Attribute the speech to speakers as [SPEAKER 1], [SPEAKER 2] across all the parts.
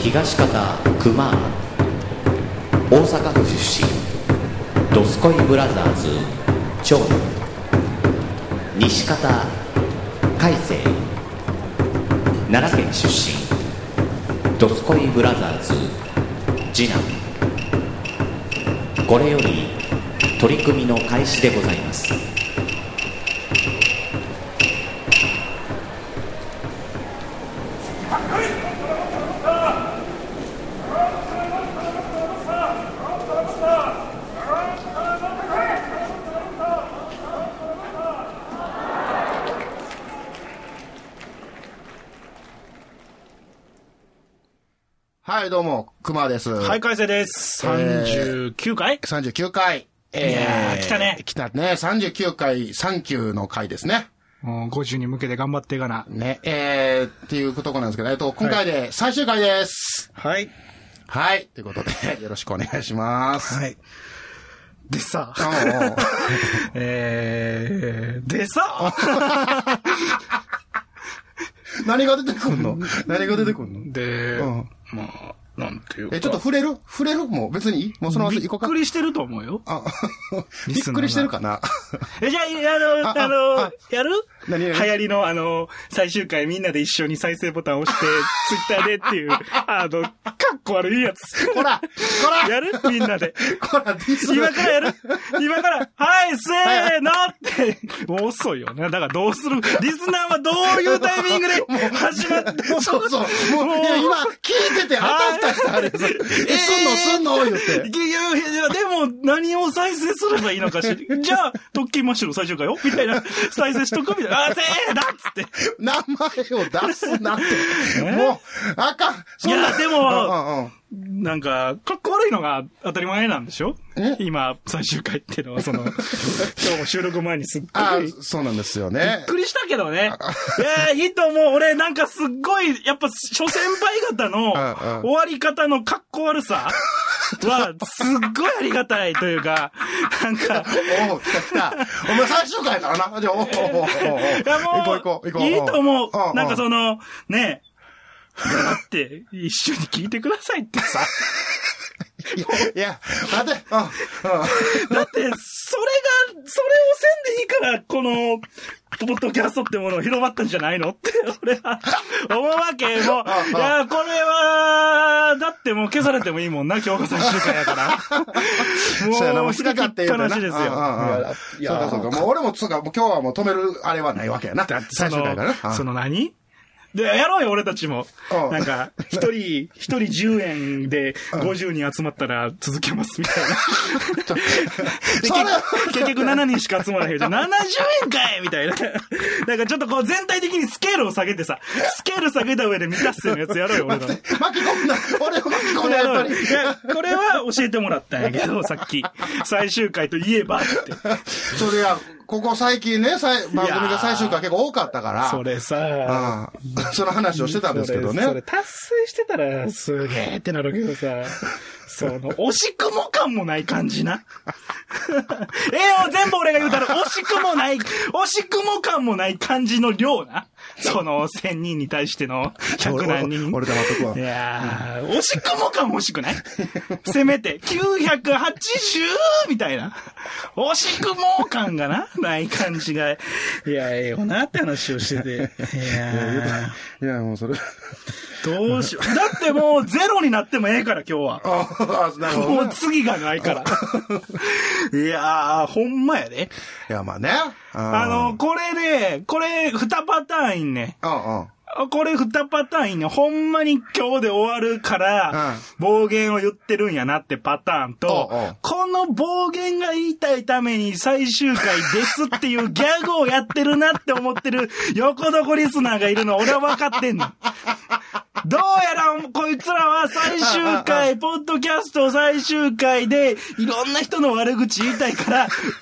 [SPEAKER 1] 東方熊大阪府出身ドスコイブラザーズ長男西方海星奈良県出身ドスコイブラザーズ次男これより取り組みの開始でございます
[SPEAKER 2] はい、どうも、熊です。
[SPEAKER 3] はい、改正です。
[SPEAKER 2] え
[SPEAKER 3] 39回
[SPEAKER 2] 39回。
[SPEAKER 3] いやー来たね
[SPEAKER 2] 来たね。39回、3級の回ですね。
[SPEAKER 3] もう50に向けて頑張っていかな。
[SPEAKER 2] ね、えー、っていうとこなんですけど、えっと、今回で最終回です。
[SPEAKER 3] はい。
[SPEAKER 2] はい、ということで、 よろしくお願いします。
[SPEAKER 3] はい。でさ、
[SPEAKER 2] うんうん
[SPEAKER 3] えー、でさ、
[SPEAKER 2] 何が出てくんの何が出てくんの
[SPEAKER 3] で、
[SPEAKER 2] うん
[SPEAKER 3] まあ、なんていうか。
[SPEAKER 2] え、ちょっと触れる触れるもう別にいいもうそのまま
[SPEAKER 3] びっ
[SPEAKER 2] 行こうか
[SPEAKER 3] く。りしてると思うよ。
[SPEAKER 2] あ び
[SPEAKER 3] リ
[SPEAKER 2] っ
[SPEAKER 3] スナーが
[SPEAKER 2] くりしてるかな
[SPEAKER 3] え、じゃあ、
[SPEAKER 2] あ
[SPEAKER 3] あの、あの、
[SPEAKER 2] あ
[SPEAKER 3] やる
[SPEAKER 2] 何
[SPEAKER 3] 流
[SPEAKER 2] やる
[SPEAKER 3] 行りの、あの、最終回みんなで一緒に再生ボタンを押 して、ツイッターでっていう、あの、かっこ悪いやつ。
[SPEAKER 2] こらこら
[SPEAKER 3] やるみんなで。
[SPEAKER 2] こらディスる
[SPEAKER 3] 今から やる今から、はい、せーのって、もう遅いよね。だからどうするリスナーはどういうタイミ ングで始まって
[SPEAKER 2] そうそう。もう、
[SPEAKER 3] も
[SPEAKER 2] い
[SPEAKER 3] う
[SPEAKER 2] や今、聞いてて、あたふたしてあれ。 え、すんの、すんの、言って。
[SPEAKER 3] いやいやいや、でも、何を再生すればいいのかし ら。じゃあ、特訓マッシュの最終回よみたいな、再生しとくみたいな。あ、せーだっつ って。
[SPEAKER 2] 名前を出す なって。もう、あかん。そんな。
[SPEAKER 3] いやでも
[SPEAKER 2] うんうんうん。
[SPEAKER 3] なんか、かっこ悪いのが当たり前なんでしょ
[SPEAKER 2] え
[SPEAKER 3] 今、最終回っていうのは、 その、今日も収録前にすっ
[SPEAKER 2] あ
[SPEAKER 3] ごい、
[SPEAKER 2] そうなんですよね
[SPEAKER 3] びっ。くりしたけどね。いや、いいと思う。俺、なんかすっごい、やっぱ、諸先輩方の
[SPEAKER 2] うんうん
[SPEAKER 3] 終わり方のかっこ悪さは、すっごいありがたいというか、なんか、
[SPEAKER 2] おお、来た来た。お前最終回からな。じゃあ、おお、おお、おお。
[SPEAKER 3] いやもう、
[SPEAKER 2] 行こう行こう行こう。
[SPEAKER 3] いいと思う。なんか
[SPEAKER 2] の、
[SPEAKER 3] その、ねえ、だって、一緒に聞いてくださいってさ。
[SPEAKER 2] いやいや、待て、うん、うん。
[SPEAKER 3] だって、それが、それをせんでいいから、この、ポッドキャストってものを広まったんじゃないの って、俺は、思うわけも
[SPEAKER 2] あ
[SPEAKER 3] う。いや、これは、だってもう消されてもいいもんな、今日が最終回や から。もう、開きっぱなしですよ。
[SPEAKER 2] いや、そうかそうか。もう俺も、そうか、もう今日はもう止めるあれはないわけやな。
[SPEAKER 3] そ
[SPEAKER 2] 最終回から
[SPEAKER 3] の、
[SPEAKER 2] な。
[SPEAKER 3] その何で、やろうよ、俺たちも
[SPEAKER 2] う。ん
[SPEAKER 3] なんか、一人、一人10円で50人集まったら続けます、みたいな。 で
[SPEAKER 2] それ
[SPEAKER 3] 結結局7人しか集まらへんじゃん。70円かいみたいな。なんかちょっとこう全体的にスケールを下げてさ、スケール下げた上で未達成のやつやろうよ、俺らも。
[SPEAKER 2] 巻き込んだ、俺を巻き込んだ、
[SPEAKER 3] や
[SPEAKER 2] やっぱ
[SPEAKER 3] ろう
[SPEAKER 2] り
[SPEAKER 3] よ。いや、これは教えてもらったんやけど、さっき。最終回といえばって。
[SPEAKER 2] それや、ここ最近ね、さい番組が最終回結構多かったから、
[SPEAKER 3] それさ、
[SPEAKER 2] ああその話をしてたんですけどね。
[SPEAKER 3] それそれ達成してたらすげえってなるけ どさ、その、惜しくも感もない感じな。 ええよ、全部俺が言うたら、惜しくもない、惜しくも感もない感じの量な。その、1000人に対しての100何人。
[SPEAKER 2] 俺俺黙っとくわ
[SPEAKER 3] いやー、惜しくも感も惜しくないせめて、980! みたいな。惜しくも感がな、ない感じが。いや、ええよなって話をしてて。いやー。
[SPEAKER 2] いや、もうそれ。
[SPEAKER 3] どうしよう。だってもうゼロになってもええから今日は。
[SPEAKER 2] ああ、なるほ
[SPEAKER 3] も
[SPEAKER 2] ど
[SPEAKER 3] う
[SPEAKER 2] ね。
[SPEAKER 3] 次がないから。いやー、ほんまやで。
[SPEAKER 2] いや、まあね。
[SPEAKER 3] あ
[SPEAKER 2] あ
[SPEAKER 3] の、、これで、これ2パターンいんね。
[SPEAKER 2] うんうん。
[SPEAKER 3] これ2パターンいんね。ほんまに今日で終わるから、暴言を言ってるんやなってパターンと
[SPEAKER 2] おうおう、
[SPEAKER 3] この暴言が言いたいために最終回ですっていうギャグをやってるなって思ってる 横床リスナーがいるの俺は分かってんの。 どうやら、こいつらは最終回、ポッドキャスト最終回で、いろんな人の悪口言いたいから、嘘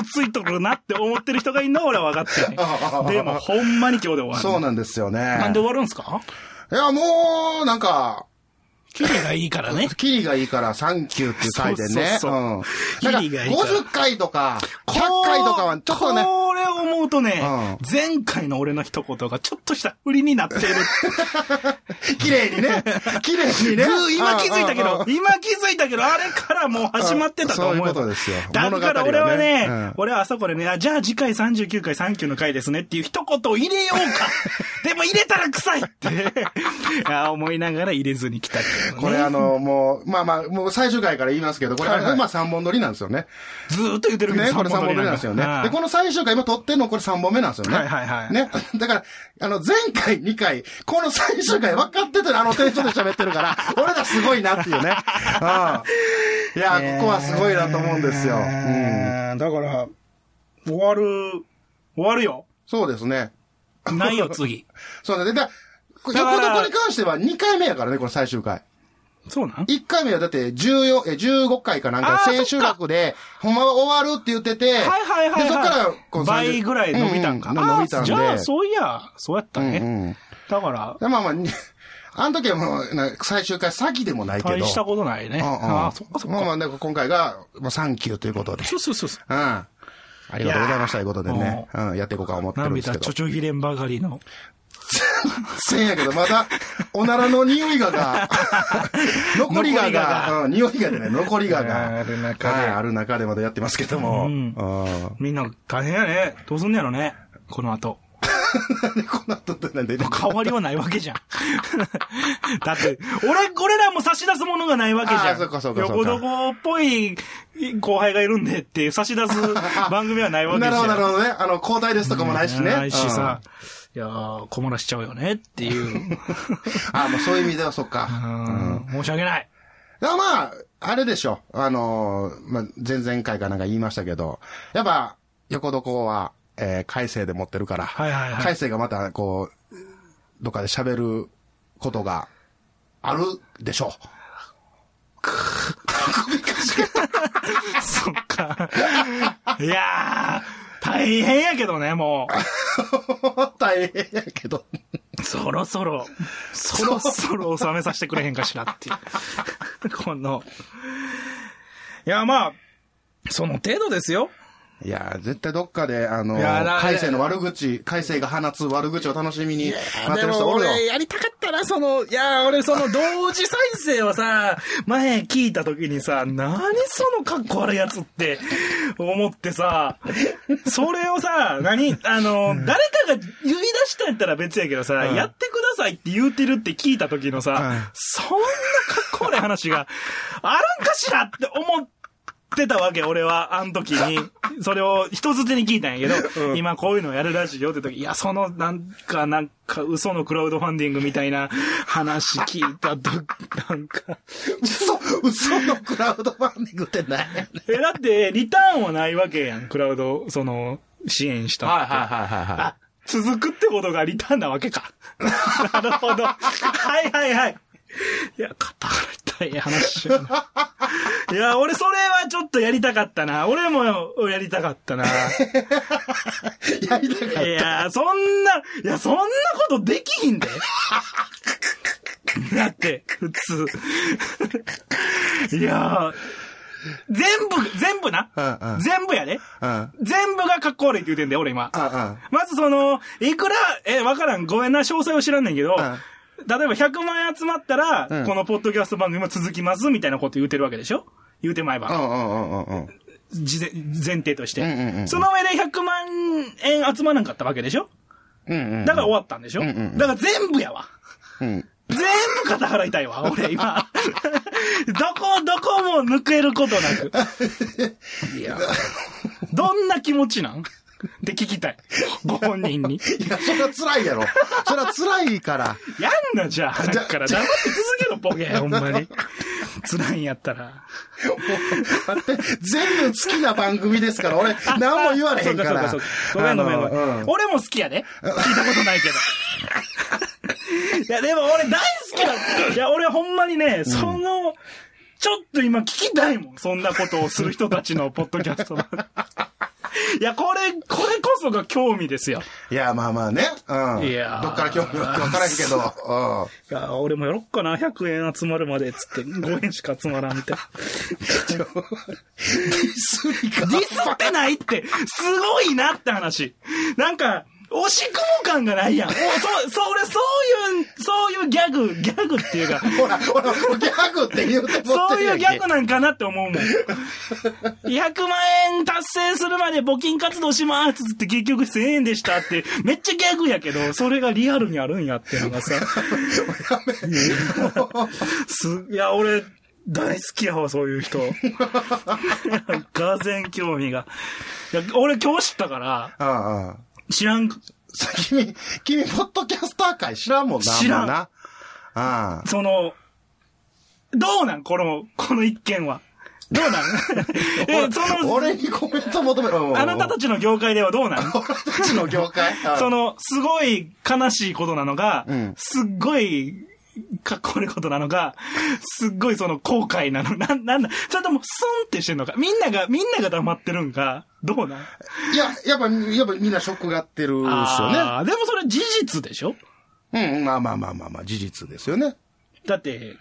[SPEAKER 3] をついとるなって思ってる人がいんの俺は分かって ない。でも、ほんまに今日で終わる。
[SPEAKER 2] そうなんですよね。
[SPEAKER 3] なんで終わるんすか
[SPEAKER 2] いや、もう、なんか、
[SPEAKER 3] キリがいいか らね。
[SPEAKER 2] キリがいいからサンキューっていう回でね。
[SPEAKER 3] そうそうそう
[SPEAKER 2] うん。な
[SPEAKER 3] キリがいい
[SPEAKER 2] ん
[SPEAKER 3] か
[SPEAKER 2] から50回とか、100回とかは、ちょっとね。
[SPEAKER 3] これを思うとね、
[SPEAKER 2] う
[SPEAKER 3] 前回の俺の一言がちょっとした振りになっている。
[SPEAKER 2] 綺麗にね。綺麗にね
[SPEAKER 3] ぐー。 今気づいたけ
[SPEAKER 2] うんうん
[SPEAKER 3] ど
[SPEAKER 2] う、ん
[SPEAKER 3] 今気づいたけど、あれからもう始まってたと思うよ
[SPEAKER 2] あそういうことですよ
[SPEAKER 3] だから俺は
[SPEAKER 2] 物語はね
[SPEAKER 3] ね、
[SPEAKER 2] うん
[SPEAKER 3] 俺はあそこでね、あじゃあ次回39回3級の回ですねっていう一言を入れよ うか。でも入れたら臭いって、あ思いながら入れずに来たけど、ね。
[SPEAKER 2] これあの、もう、まあまあ、もう最終回から言いますけど、これ、
[SPEAKER 3] はいはい
[SPEAKER 2] 今3本撮りなんですよね。
[SPEAKER 3] ずーっと言ってるけど、
[SPEAKER 2] ね、これ3本目なんですよね
[SPEAKER 3] う。
[SPEAKER 2] で、この最終回今撮ってんのこれ3本目なんですよね。
[SPEAKER 3] はいはいはい
[SPEAKER 2] ね。 だから、あの、前回2回、この最終回分かっててあのテンションで喋ってる から、俺らすごいなっていうね。うん。いや、ここはすごいなと思うんですよ。うん。
[SPEAKER 3] うん。だから、終わる、終わるよ。
[SPEAKER 2] そうですね。
[SPEAKER 3] ないよ、 次。
[SPEAKER 2] そうだね。で、こ
[SPEAKER 3] だ
[SPEAKER 2] 横
[SPEAKER 3] から
[SPEAKER 2] 床に関しては2回目やからね、この最終回。
[SPEAKER 3] そうなん
[SPEAKER 2] 1回目はだって14、え、15回かなん
[SPEAKER 3] あ
[SPEAKER 2] か、
[SPEAKER 3] ー
[SPEAKER 2] 千秋楽で、ほんまは終わるって言ってて、はい
[SPEAKER 3] はいはいはい、はい。
[SPEAKER 2] で、そっからこう、
[SPEAKER 3] 倍ぐらい伸びたんか。
[SPEAKER 2] うう
[SPEAKER 3] あ
[SPEAKER 2] 伸びたんで。
[SPEAKER 3] じゃあ、そういや、そうやったね。
[SPEAKER 2] うんうん
[SPEAKER 3] だから、
[SPEAKER 2] でまあまあ、に あの時はもう、な最終回詐欺でもないけど。
[SPEAKER 3] 大したことないね。
[SPEAKER 2] うんうん
[SPEAKER 3] ああ、そっかそっ
[SPEAKER 2] まあま
[SPEAKER 3] か。
[SPEAKER 2] あ、なんか今回が、まあ、サンキューということで。
[SPEAKER 3] そうそうそうそ
[SPEAKER 2] う
[SPEAKER 3] う。
[SPEAKER 2] ん。ありがとうございました、ということで
[SPEAKER 3] いや
[SPEAKER 2] ね。うん、やっていこうか思ってるんです
[SPEAKER 3] 涙
[SPEAKER 2] け
[SPEAKER 3] ち
[SPEAKER 2] ど
[SPEAKER 3] ょ。ちょぎれんばかりの。
[SPEAKER 2] せんやけど、まだ、おならの匂いが が、残りが
[SPEAKER 3] 残りがが
[SPEAKER 2] が、うん、匂いがでね、残りがが、
[SPEAKER 3] ある中で
[SPEAKER 2] はいある中でまだやってますけども。
[SPEAKER 3] う
[SPEAKER 2] うんん。
[SPEAKER 3] みんな大変やね。どうすんのやろね。この後。
[SPEAKER 2] なんでこんなことってなんで、
[SPEAKER 3] 変わりはないわけじゃん。だって、俺、俺らも差し出すものがないわけじゃ
[SPEAKER 2] あ
[SPEAKER 3] ん。
[SPEAKER 2] ーそうかそうかそうか
[SPEAKER 3] 横床っぽい後輩がいるんでって差し出す番組はないわけじ
[SPEAKER 2] な
[SPEAKER 3] ゃん。
[SPEAKER 2] るほど、なるほどね。あの、交代ですとかもないしね。
[SPEAKER 3] ないしさ。いやー、困らしちゃうよねっていう。
[SPEAKER 2] うん。あ、もうそういう意味ではそっ
[SPEAKER 3] う
[SPEAKER 2] か。
[SPEAKER 3] ん申し訳ない。
[SPEAKER 2] だからまあ、あれでしょ。あのーまあ、前々回かなんか言いましたけど、やっぱ、横床は、えー、改正で持ってるから、
[SPEAKER 3] はいはいはい
[SPEAKER 2] 改正がまた、こう、どっかで喋ることがあるで しょ
[SPEAKER 3] そっか。いやー、大変やけどね、も
[SPEAKER 2] う。大変やけど。
[SPEAKER 3] う。そろそろ、そろそろ収めさせてくれへんかしらっていう。この。いや、まあ、その程度ですよ。
[SPEAKER 2] いや、絶対どっかで、あの
[SPEAKER 3] いやだ
[SPEAKER 2] ー、改正の悪口、改正が放つ悪口を楽しみに待ってる人おるよ。
[SPEAKER 3] やりたかったな、その、いや、俺、その、同時再生をさ、 前聞いた時にさ、何そのかっこ悪いやつって、思ってさ、それをさ、何、あの、誰かが言い出したんやったら別やけどさ、
[SPEAKER 2] うん
[SPEAKER 3] やってくださいって言うてるって聞いた時のさ、
[SPEAKER 2] うん
[SPEAKER 3] そんなかっこ悪い話があるんかしらって思って、たわけ、俺は、あの時に。それを人づてに聞いたんやけど、今こういうのやるらしいよって時、いや、その、なんか、なんか、嘘のクラウドファンディングみたいな話聞いたと、なんか。
[SPEAKER 2] 嘘、嘘のクラウドファンディングってない
[SPEAKER 3] え、だって、リターンはないわけやん、クラウド、その、支援した。
[SPEAKER 2] はいはいはいはいはい。
[SPEAKER 3] あ、続くってことがリターンなわけか。 なるほど。はいはいはい。いや、肩が痛い話や な。いや、俺それはちょっとやりたかったな。俺もやりたかったな。い
[SPEAKER 2] やりたかった。
[SPEAKER 3] や、そんな、いや、そんなことできひんで。 だって、普通。いや、全部、全部な。
[SPEAKER 2] うんうん
[SPEAKER 3] 全部やで。
[SPEAKER 2] うん。
[SPEAKER 3] 全部がかっこ悪いって言うてんだよ、俺今。
[SPEAKER 2] あ
[SPEAKER 3] まずその、いくら、え、わからん、ごめんな、詳細を知らんねんけど、例えば100万円集まったら、
[SPEAKER 2] ん
[SPEAKER 3] このポッドキャスト番組も続きます、みたいなこと言うてるわけでしょ言うてまえば。
[SPEAKER 2] あ、うんうんうんうんうん。
[SPEAKER 3] 事前前提として、
[SPEAKER 2] んうんうん
[SPEAKER 3] その上で100万円集まらんかったわけでしょ
[SPEAKER 2] うんうん。
[SPEAKER 3] だから終わったんでしょ、だから全部やわ。
[SPEAKER 2] うん。
[SPEAKER 3] 全部肩払いたい わ、俺今。どこ、どこも抜けることなく。いや、どんな気持ちなんって聞きたい。ご本人に。
[SPEAKER 2] いや、それは辛いやろ。それは辛い から。
[SPEAKER 3] やんな、じ ゃあ、鼻から。黙って続けろ、ボケ。ほんまに。辛いんやったら。
[SPEAKER 2] 待って、全部好きな番組ですから、俺、何も言われへんから。
[SPEAKER 3] そうかそうかそうかごめんごめんごめ
[SPEAKER 2] あ
[SPEAKER 3] ん。
[SPEAKER 2] のうん
[SPEAKER 3] 俺も好きやで。聞いたことない けど。いや、でも俺大好きだ。いや、俺ほんまにね、その、ちょっと今聞きたいもん。そんなことをする人たちのポッドキャストの。 いや、これ、これこそが興味ですよ。
[SPEAKER 2] いや、まあまあね。うん。
[SPEAKER 3] いやー
[SPEAKER 2] どっから興味湧くかわからんけど。うん。
[SPEAKER 3] いや、俺もやろっかな。100円集まるまで、つって。5円しか集まらんみたいな。
[SPEAKER 2] ディスりか
[SPEAKER 3] ディスってないって、すごいなって話。なんか、惜しくも感がないやん。おそ、そ、俺、そういう、そういうギャグ、ギャグっていうか、
[SPEAKER 2] ほら、ほら、ギャグって言うても
[SPEAKER 3] そう
[SPEAKER 2] てる
[SPEAKER 3] い
[SPEAKER 2] や
[SPEAKER 3] うんギャグなんかなって思うもん。100万円達成するまで募金活動しますっつって結局1000円でしたって、めっちゃギャグやけど、それがリアルにあるんやってのがさ。す、 いや、俺、大好きやわ、そういう人。 がぜん興味が。いや、俺今日知ったから、
[SPEAKER 2] ああ。
[SPEAKER 3] 知らん、
[SPEAKER 2] さ君、君、ポッドキャスター界知らんもんな。
[SPEAKER 3] 知らん
[SPEAKER 2] あんまな。ああ。
[SPEAKER 3] その、どうなんこの、この一件は。どうなん え、その、
[SPEAKER 2] 俺にコメント求めろ。
[SPEAKER 3] あなたたちの業界ではどうなん
[SPEAKER 2] 俺たちの業界
[SPEAKER 3] そ
[SPEAKER 2] の、
[SPEAKER 3] の、すごい悲しいことなのが、
[SPEAKER 2] うん
[SPEAKER 3] すっごい、かっこ悪いことなのが、すっごいその後悔なの。なん、なんだ、それともスンってしてんのか。みんなが、みんなが黙ってるんか。どうなん
[SPEAKER 2] いや、やっぱ、やっぱみんなショックがあってるっすよね。
[SPEAKER 3] あーでもそれ事実でしょ
[SPEAKER 2] うん、まあまあまあまあまあ、事実ですよね。
[SPEAKER 3] だって、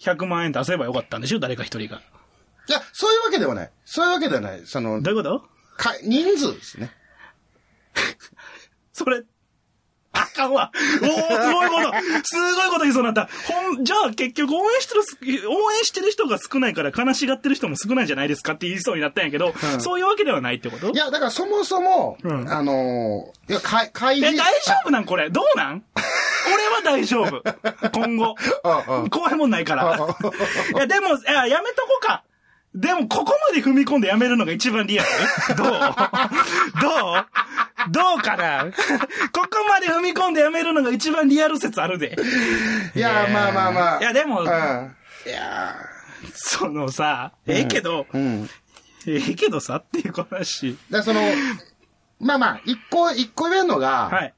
[SPEAKER 3] 100万円出せばよかったんでしょ誰か一人が。
[SPEAKER 2] いや、そういうわけではない。そういうわけではない。その、
[SPEAKER 3] どういうこと
[SPEAKER 2] か人数ですね。
[SPEAKER 3] それ、あかんわ。おおすごいこと、すごいこと言いそうになった。ほん、じゃあ結局応援してるす、応援してる人が少ないから悲しがってる人も少ないんじゃないですかって言いそうになったんやけど、
[SPEAKER 2] ん
[SPEAKER 3] そういうわけではないってこと
[SPEAKER 2] いや、だからそもそも、
[SPEAKER 3] うん
[SPEAKER 2] あのー、いや、会、会
[SPEAKER 3] え、
[SPEAKER 2] 議。
[SPEAKER 3] 大丈夫なんこれ。どうなん俺は大丈夫。今後
[SPEAKER 2] うんうん。
[SPEAKER 3] 怖いもんないから。
[SPEAKER 2] うん
[SPEAKER 3] いや、でも、いややめとこうか。でも、ここまで踏み込んでやめるのが一番リアル。どうどうどうかなここまで踏み込んでやめるのが一番リアル説あるで。
[SPEAKER 2] いや、まあまあまあ。
[SPEAKER 3] いや、でも、
[SPEAKER 2] うん。
[SPEAKER 3] そのさ、ええけど、
[SPEAKER 2] うん。だか
[SPEAKER 3] ええけどさっていう話。
[SPEAKER 2] らその、まあまあ、一個、一個言えんのが、
[SPEAKER 3] はい。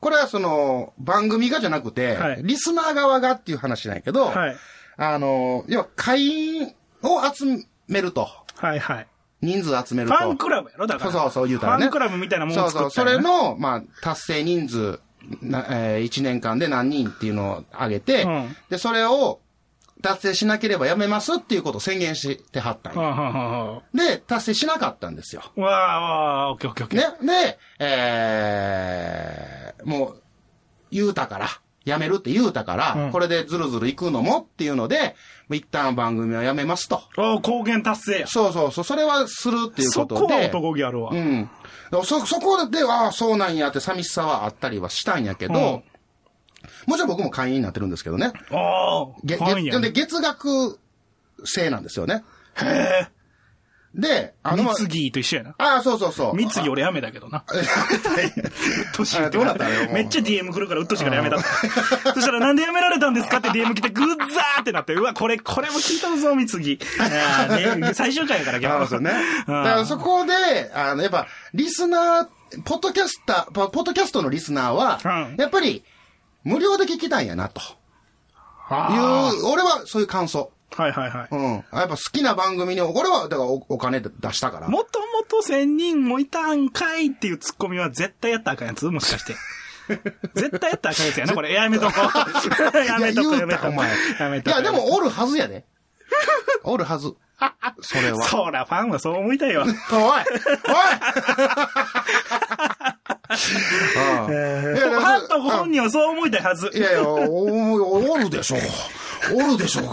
[SPEAKER 2] これはその、番組がじゃなくて、
[SPEAKER 3] はい
[SPEAKER 2] リスナー側がっていう話なんやけど、
[SPEAKER 3] はい
[SPEAKER 2] あの、要は会員を集めると。
[SPEAKER 3] はいはい。
[SPEAKER 2] 人数集める
[SPEAKER 3] フ
[SPEAKER 2] と。
[SPEAKER 3] ァンクラブやろだ
[SPEAKER 2] そ
[SPEAKER 3] か
[SPEAKER 2] う
[SPEAKER 3] ら。
[SPEAKER 2] そう、そう言うたらね。
[SPEAKER 3] ファンクラブみたいなもん
[SPEAKER 2] そ
[SPEAKER 3] を
[SPEAKER 2] う
[SPEAKER 3] 作
[SPEAKER 2] そう、
[SPEAKER 3] った
[SPEAKER 2] そ
[SPEAKER 3] んや
[SPEAKER 2] れ
[SPEAKER 3] な
[SPEAKER 2] の、まあ、達成人数、なえ1年間で何人っていうのを上げて、
[SPEAKER 3] うん
[SPEAKER 2] で、それを達成しなければやめますっていうことを宣言してはったんや
[SPEAKER 3] はあはあはあ
[SPEAKER 2] で、達成しなかったんですよ。
[SPEAKER 3] わあわあ、オッケーオッケーオッケー。
[SPEAKER 2] ね、で、えー、もう、言うたから、やめるって言うたから、
[SPEAKER 3] うん
[SPEAKER 2] これでずるずる行くのもっていうので、もう一旦番組はやめますと。
[SPEAKER 3] おお、貢献達成や。
[SPEAKER 2] そうそうそう、それはするっていうこ
[SPEAKER 3] そ
[SPEAKER 2] と
[SPEAKER 3] こは
[SPEAKER 2] で。
[SPEAKER 3] 男気あるわ。
[SPEAKER 2] うん。そ、そこでは、ああそうなんやって寂しさはあったりはしたんやけど、
[SPEAKER 3] うん
[SPEAKER 2] もちろん僕も会員になってるんですけどね。
[SPEAKER 3] ああ、フ
[SPEAKER 2] げ
[SPEAKER 3] ァンや
[SPEAKER 2] げで
[SPEAKER 3] ね。
[SPEAKER 2] 月額制なんですよね。へで、あの、
[SPEAKER 3] 三木と一緒やな。
[SPEAKER 2] ああ、そうそうそう。
[SPEAKER 3] 三木俺やめだけどな。うっとうしい
[SPEAKER 2] あどうなったのよもう
[SPEAKER 3] めっちゃ DM 来るからうっとうしいからやめた。 そしたらなんでやめられたんですかって DM 来てグッザーってなって、うわ、これ、これも聞いたぞ、三木。あーね最終回やから、
[SPEAKER 2] ああ そう ね。だからそこで、あの、やっぱ、リスナー、ポッドキャスター、ポポッドキャストのリスナーは、
[SPEAKER 3] うん
[SPEAKER 2] やっぱり、無料で聞きたいんやな、という、
[SPEAKER 3] あ
[SPEAKER 2] 俺はそういう感想。
[SPEAKER 3] ーはいはいはい。
[SPEAKER 2] うん。やっぱ好きな番組に、俺は、だからおお金で出したから。
[SPEAKER 3] もともと千人もいたんかいっていうツッコミは絶対やったらあかんやつもし かして。絶対やったらあかんやつやな、これ。やめとこ う。 やめとこう、
[SPEAKER 2] い
[SPEAKER 3] や
[SPEAKER 2] や言
[SPEAKER 3] め
[SPEAKER 2] う
[SPEAKER 3] とこ
[SPEAKER 2] た、お
[SPEAKER 3] う。
[SPEAKER 2] 前。
[SPEAKER 3] やめ
[SPEAKER 2] い
[SPEAKER 3] とこ
[SPEAKER 2] や、
[SPEAKER 3] う。
[SPEAKER 2] でも、おるはずやで。 おるはず。それは。
[SPEAKER 3] そら、ファンはそう思いたいわ。
[SPEAKER 2] おいおいうんいや
[SPEAKER 3] ファンとご本人はそう思いたいはず。
[SPEAKER 2] いやいや、お、おるでしょう。おるでしょう
[SPEAKER 3] い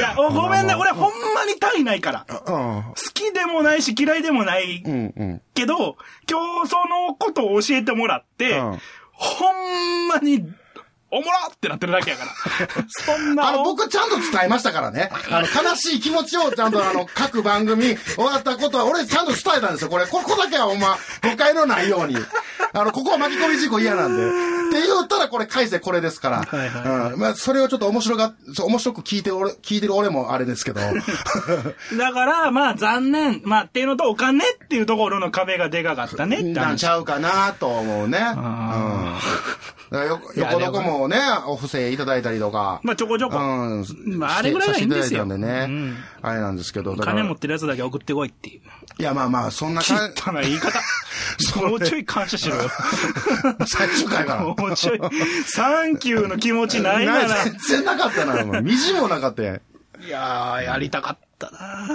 [SPEAKER 3] や、おごめんね、俺ほんまに足りないから。好
[SPEAKER 2] か。
[SPEAKER 3] きでもないし嫌いでもない
[SPEAKER 2] うん。うんうん。
[SPEAKER 3] けど、今日そのことを教えてもらって、
[SPEAKER 2] うん
[SPEAKER 3] ほんまに、おもろってなってるだけ やから。そんな。
[SPEAKER 2] あの、僕ちゃんと伝えましたからね。あの、悲しい気持ちをちゃんとあ の、各番組終わったことは、俺ちゃんと伝えたんですよ。これ、ここだけはほんま、誤解のないように。あの、ここは巻き込み事故嫌なんで。って言ったら、これ、返せこれですから。
[SPEAKER 3] はいは
[SPEAKER 2] うん。まあ、それをちょっと面白が、そう面白く聞いて、俺、聞いてる俺もあれ ですけど。
[SPEAKER 3] だから、まあ残念。まあっていうのと、お金っていうところの壁がでかかったねって
[SPEAKER 2] なんち
[SPEAKER 3] 話。
[SPEAKER 2] ゃうかなと思うね。うん。だからよ
[SPEAKER 3] いや
[SPEAKER 2] 横どこもね、お布施いただいたりとか。
[SPEAKER 3] まあちょこちょこ。
[SPEAKER 2] うん。
[SPEAKER 3] まああれぐらいがいいんですよ
[SPEAKER 2] させていただいたんで
[SPEAKER 3] う
[SPEAKER 2] ね
[SPEAKER 3] ん。
[SPEAKER 2] あれなんですけど。だから
[SPEAKER 3] 金持ってるやつだけ送ってこいっていう。
[SPEAKER 2] いや、まあまあ、 そんな
[SPEAKER 3] 切
[SPEAKER 2] 感じ。
[SPEAKER 3] ったな言い方。もうちょい感謝しろよ。
[SPEAKER 2] 最終回から。
[SPEAKER 3] もうちょい、サンキューの気持ちないなら。
[SPEAKER 2] ない全然なかったな、お前。みじもなかったやん。
[SPEAKER 3] いやー、やりたかったな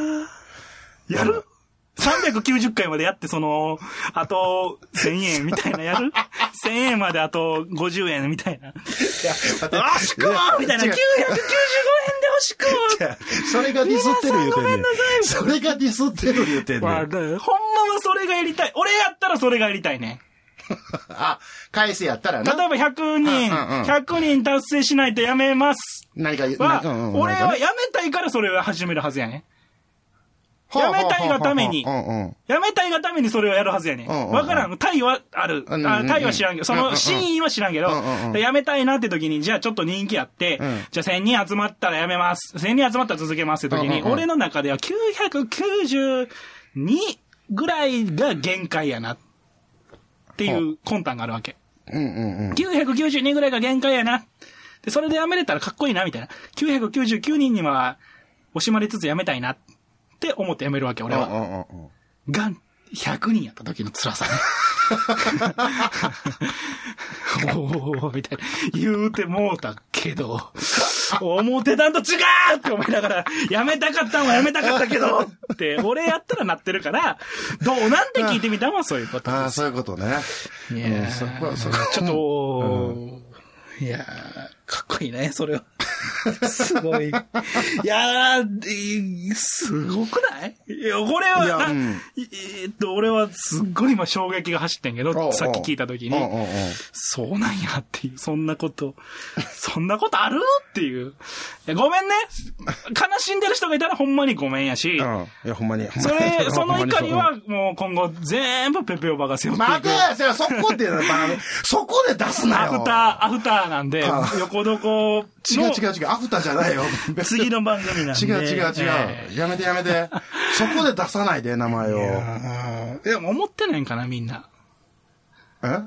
[SPEAKER 3] ーやる390回までやって、その、あと1000円みたいなやる ?1000 円まであと50円みたいな。惜しくもみたいな。995円で惜しくも
[SPEAKER 2] それがディスってる言うてんねん
[SPEAKER 3] 皆さ
[SPEAKER 2] それがディスってる言うてんねん
[SPEAKER 3] わあだからほんまはそれがやりたい。俺やったらそれがやりたいね。
[SPEAKER 2] あ、返せやったら
[SPEAKER 3] 例
[SPEAKER 2] な
[SPEAKER 3] え。ば100人、
[SPEAKER 2] うんうんうん
[SPEAKER 3] 100人達成しないとやめます。
[SPEAKER 2] 何か言う
[SPEAKER 3] は、
[SPEAKER 2] うんうんうん
[SPEAKER 3] 俺
[SPEAKER 2] なんか
[SPEAKER 3] は
[SPEAKER 2] ね
[SPEAKER 3] やめたいからそれを始めるはずやね。やめたいがために
[SPEAKER 2] うんうん
[SPEAKER 3] やめたいがためにそれをやるはずやねん。
[SPEAKER 2] うんうんうん
[SPEAKER 3] わからん。タイはある。
[SPEAKER 2] うんうんうん
[SPEAKER 3] あタイは知らんけど、そ
[SPEAKER 2] うんうんう
[SPEAKER 3] の
[SPEAKER 2] ん
[SPEAKER 3] 真意は知らんけど
[SPEAKER 2] うんうんうん、
[SPEAKER 3] でやめたいなって時に、じゃあちょっと人気あって
[SPEAKER 2] うん、
[SPEAKER 3] じゃあ1000人集まったらやめます。1000人集まったら続けますって時
[SPEAKER 2] うんう
[SPEAKER 3] に、
[SPEAKER 2] んうん
[SPEAKER 3] 俺の中では992ぐらいが限界やなっていう魂胆があるわけ。
[SPEAKER 2] うんうんうん。
[SPEAKER 3] 992ぐらいが限界やな。で、それでやめれたらかっこいいな、みたいな。999人には惜しまれつつやめたいなって思ってやめるわけ、俺は。
[SPEAKER 2] うんうんうんうん
[SPEAKER 3] がん、100人やった時の辛さね。おおみたいな。言うてもうたけど、表段と違うって思いながら、やめたかったんはやめたかったけどって、俺やったらなってるから、どうなんて聞いてみたもん、そういうこと。
[SPEAKER 2] ああ、そういうことね。
[SPEAKER 3] いや
[SPEAKER 2] うんそこはそこ
[SPEAKER 3] ちょっと、いやーかっこいいね、それは。 すごい。いやーいすごくないいや、これ
[SPEAKER 2] いや
[SPEAKER 3] はな、
[SPEAKER 2] うん
[SPEAKER 3] いえーっと、俺はすっごい今衝撃が走ってんけ
[SPEAKER 2] おうお
[SPEAKER 3] ど、
[SPEAKER 2] う
[SPEAKER 3] さっき聞いた時
[SPEAKER 2] うんうんうん
[SPEAKER 3] に、そうなんやっていう、そんなこと、そんなことあるっていう。いやごめんね。悲しんでる人がいたらほんまにごめんやし、
[SPEAKER 2] うん。いや、ほんまに。 ほん
[SPEAKER 3] そ
[SPEAKER 2] まに
[SPEAKER 3] れ、その怒り。
[SPEAKER 2] ほんまに
[SPEAKER 3] はもう今後全部ペペオバが背負っていく。
[SPEAKER 2] 待てそれそこで、まあそこで出すな
[SPEAKER 3] ア
[SPEAKER 2] よ。
[SPEAKER 3] フター、アフターなんで
[SPEAKER 2] あ、
[SPEAKER 3] 横床
[SPEAKER 2] 違う
[SPEAKER 3] の
[SPEAKER 2] 違う違う、アフターじゃないよ。
[SPEAKER 3] 次の番組なんで。
[SPEAKER 2] 違う違う違う、
[SPEAKER 3] え
[SPEAKER 2] やめてやめ て。そこで出さないで、名前を。
[SPEAKER 3] ーでも思ってないんかな、みんな。
[SPEAKER 2] え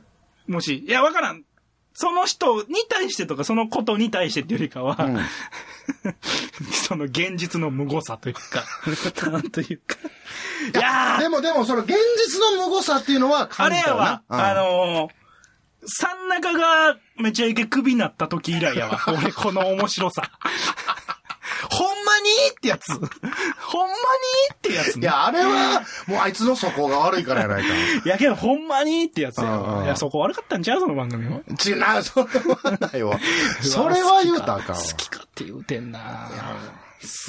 [SPEAKER 3] もし、いや、わからん。その人に対してとか、そのことに対してっていうよりかは、 その現実の無誤さというか、なんというか。いやー
[SPEAKER 2] でもでも、その現実の無誤さっていうのは
[SPEAKER 3] あ
[SPEAKER 2] 感
[SPEAKER 3] れ
[SPEAKER 2] じた
[SPEAKER 3] や
[SPEAKER 2] よ
[SPEAKER 3] わ
[SPEAKER 2] な、。
[SPEAKER 3] あ
[SPEAKER 2] うん
[SPEAKER 3] のー、三中がめちゃイケクビになった時以来やわ。 俺、この面白さ。ほんまにってやつ。ほんまにってやつ
[SPEAKER 2] い
[SPEAKER 3] ね。
[SPEAKER 2] や、あれは、もうあいつの素行が悪いからやないか。
[SPEAKER 3] いやけど、ほんまにってやつや
[SPEAKER 2] うんうん
[SPEAKER 3] わ。いや、そこ悪かったんちゃうその番組も。
[SPEAKER 2] 違う、それはない わ。それは言うたらあかんわ
[SPEAKER 3] 好。きかって言うてんな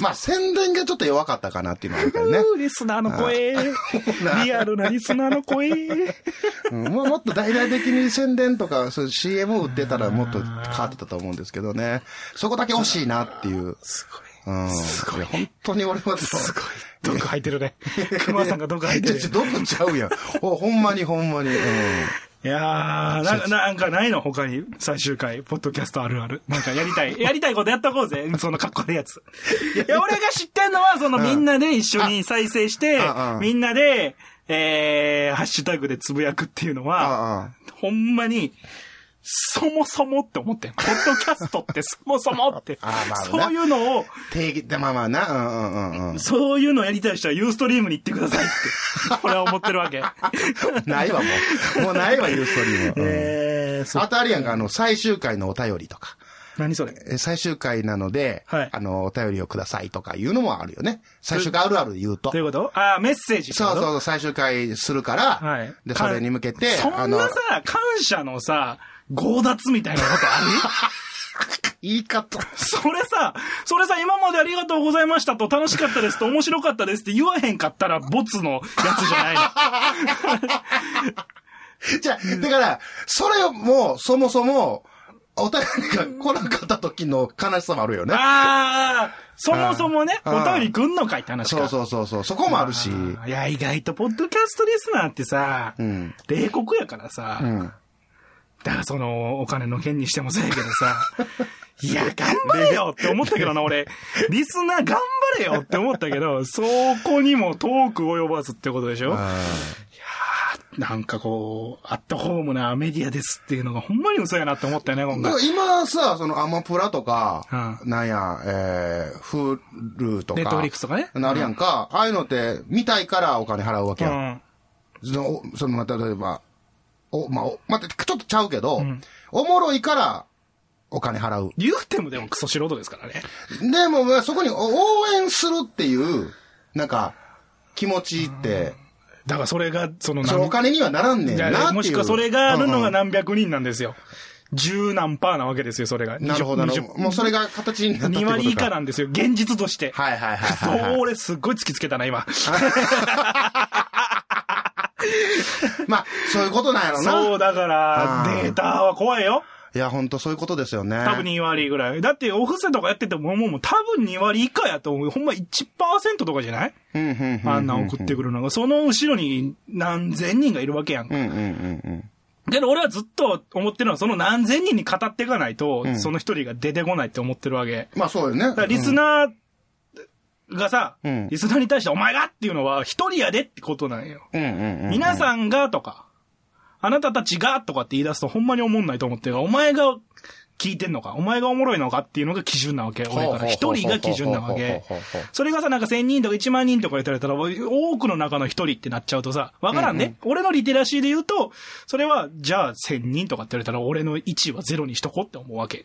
[SPEAKER 2] まあ、宣伝がちょっと弱かったかなっていうのはあるからね。
[SPEAKER 3] うーリスナーの声。 リアルなリスナーの 声。
[SPEAKER 2] うんもうもっと大々的に宣伝とか、そういう CM を売ってたらもっと変わってたと思うんですけどね。そこだけ惜しいなっていう。
[SPEAKER 3] すごい。
[SPEAKER 2] うん。すごいや。本当に俺はすごい。
[SPEAKER 3] 毒入ってるね。熊さんが毒入って
[SPEAKER 2] ちょ、
[SPEAKER 3] る
[SPEAKER 2] ちょ、。どこちゃうやん。お、ほん まにほんまに。うん。
[SPEAKER 3] いやー、なんか、なんかないの他に、最終回、ポッドキャストあるある。なんかやりた い。やりたいことやっとこうぜ。そのかっこいいやつ。いや、俺が知ってんのは、そのみんなで一緒に再生して
[SPEAKER 2] ああ、
[SPEAKER 3] みんなで、えー、ハッシュタグでつぶやくっていうのは、
[SPEAKER 2] あ
[SPEAKER 3] ほんまに、そもそもって思ってん。ポッドキャストって そもそもって
[SPEAKER 2] ああまあ。な
[SPEAKER 3] そういうのを
[SPEAKER 2] あ、。定義って、まあまあな。うんうんうんうん。
[SPEAKER 3] そういうのやりたい人はユーストリームに行ってくださいって、俺は思ってる わけ。
[SPEAKER 2] ないわ、もう。もうないわ、ユーストリーム。うん
[SPEAKER 3] えー、そう
[SPEAKER 2] あとあるやんか、あの、最終回のお便りとか。
[SPEAKER 3] 何それ
[SPEAKER 2] え最終回なので、
[SPEAKER 3] はい
[SPEAKER 2] あの、お便りをくださいとかいうのもあるよね。最終回あるある言うと
[SPEAKER 3] どうい。うことああ、メッセージってこ
[SPEAKER 2] そ
[SPEAKER 3] と。
[SPEAKER 2] うそうそう、最終回するから、
[SPEAKER 3] はい。
[SPEAKER 2] で、それに向けて、
[SPEAKER 3] そんなさ、感謝のさ、強奪みたいなこと ある
[SPEAKER 2] 言い方。
[SPEAKER 3] それさ、それさ、今までありがとうございましたと、楽しかったですと、面白かったですって言わへんかったら、ボツのやつじゃ ないの。
[SPEAKER 2] じゃあだから、それをもう、そもそも、お便りが来なかった時の悲しさもあるよね。
[SPEAKER 3] ああ、そもそもね、
[SPEAKER 2] う
[SPEAKER 3] お
[SPEAKER 2] ん
[SPEAKER 3] 便りくんのかいって話
[SPEAKER 2] そ
[SPEAKER 3] か。
[SPEAKER 2] うそうそうそう、そこもあるし。
[SPEAKER 3] いや、意外と、ポッドキャストリスナーってさ、
[SPEAKER 2] うん。
[SPEAKER 3] 冷酷やからさ、
[SPEAKER 2] うん。
[SPEAKER 3] だからその、お金の件にしてもそうやけ どさ、いや、頑張れよって思ったけどな、俺。リスナー頑張れよって思ったけど、そこにも遠く及ばずってことでしょなんかこう、アットホームなメディアですっていうのがほんまに嘘やなって思ったよね、今
[SPEAKER 2] だか
[SPEAKER 3] 回
[SPEAKER 2] ら。今さ、そのアマプラとか、なんや、えー、フルとか。
[SPEAKER 3] ネットフリックスとかね
[SPEAKER 2] なるやんか。ああいうのって、見たいからお金払うわけ
[SPEAKER 3] う
[SPEAKER 2] やん。
[SPEAKER 3] ん。
[SPEAKER 2] その、おその、まあ例えば、お、まあ、おまた、ちょっとちゃうけど、おもろいから、お金払う。
[SPEAKER 3] 言うてもでもクソ素人ですからね。
[SPEAKER 2] でも、まあそこにお応援するっていう、なんか、気持ちって、
[SPEAKER 3] だからそれが、その
[SPEAKER 2] そのお金にはならんねん
[SPEAKER 3] じ
[SPEAKER 2] な
[SPEAKER 3] ゃあ
[SPEAKER 2] っていう。
[SPEAKER 3] もしくはそれがあるのが
[SPEAKER 2] な、
[SPEAKER 3] 何百人なんですよ。十何パーなわけですよ、それが。
[SPEAKER 2] なるほどなる
[SPEAKER 3] 20
[SPEAKER 2] ほど。もうそれが形になったってこ
[SPEAKER 3] 2
[SPEAKER 2] とか。
[SPEAKER 3] 割以下なんですよ、現実として。
[SPEAKER 2] はいはいはいはいはい
[SPEAKER 3] そう、俺すっごい突きつけたな、今。
[SPEAKER 2] まあ、そういうことなんやろ
[SPEAKER 3] そう、
[SPEAKER 2] な。
[SPEAKER 3] だから、
[SPEAKER 2] うん
[SPEAKER 3] データは怖いよ。
[SPEAKER 2] いや、ほんとそういうことですよね。
[SPEAKER 3] 多分2割ぐらい。だって、お布施とかやってても、もう、もう多分2割以下やと思う。ほんま1%とかじゃない
[SPEAKER 2] うんうんうんうん。
[SPEAKER 3] あんな送ってくるのが。その後ろに何千人がいるわけやんか
[SPEAKER 2] うんうんうん
[SPEAKER 3] けど俺はずっと思ってるのは、その何千人に語っていかないと、その一人が出てこないって思ってるわけ。
[SPEAKER 2] うん。まあそうよ
[SPEAKER 3] だから
[SPEAKER 2] ね。
[SPEAKER 3] リスナーがさ、
[SPEAKER 2] うん
[SPEAKER 3] リスナーに対してお前がっていうのは一人やでってことなんよ。
[SPEAKER 2] うんうんうん。
[SPEAKER 3] 皆さんがとか、あなたたちがとかって言い出すとほんまに思んないと思ってるから、お前が聞いてんのか、お前がおもろいのかっていうのが基準なわけ。俺から。一人が基準な
[SPEAKER 2] ほうほ
[SPEAKER 3] わけ
[SPEAKER 2] うほうほうほうほう。
[SPEAKER 3] それがさ、なんか1000人とか1万人とか言われたら、多くの中の一人ってなっちゃうとさ、わからんね、俺のリテラシーで言うと、それは、じゃあ1000人とかって言われたら、俺の1位はゼロにしとこうって思うわけ。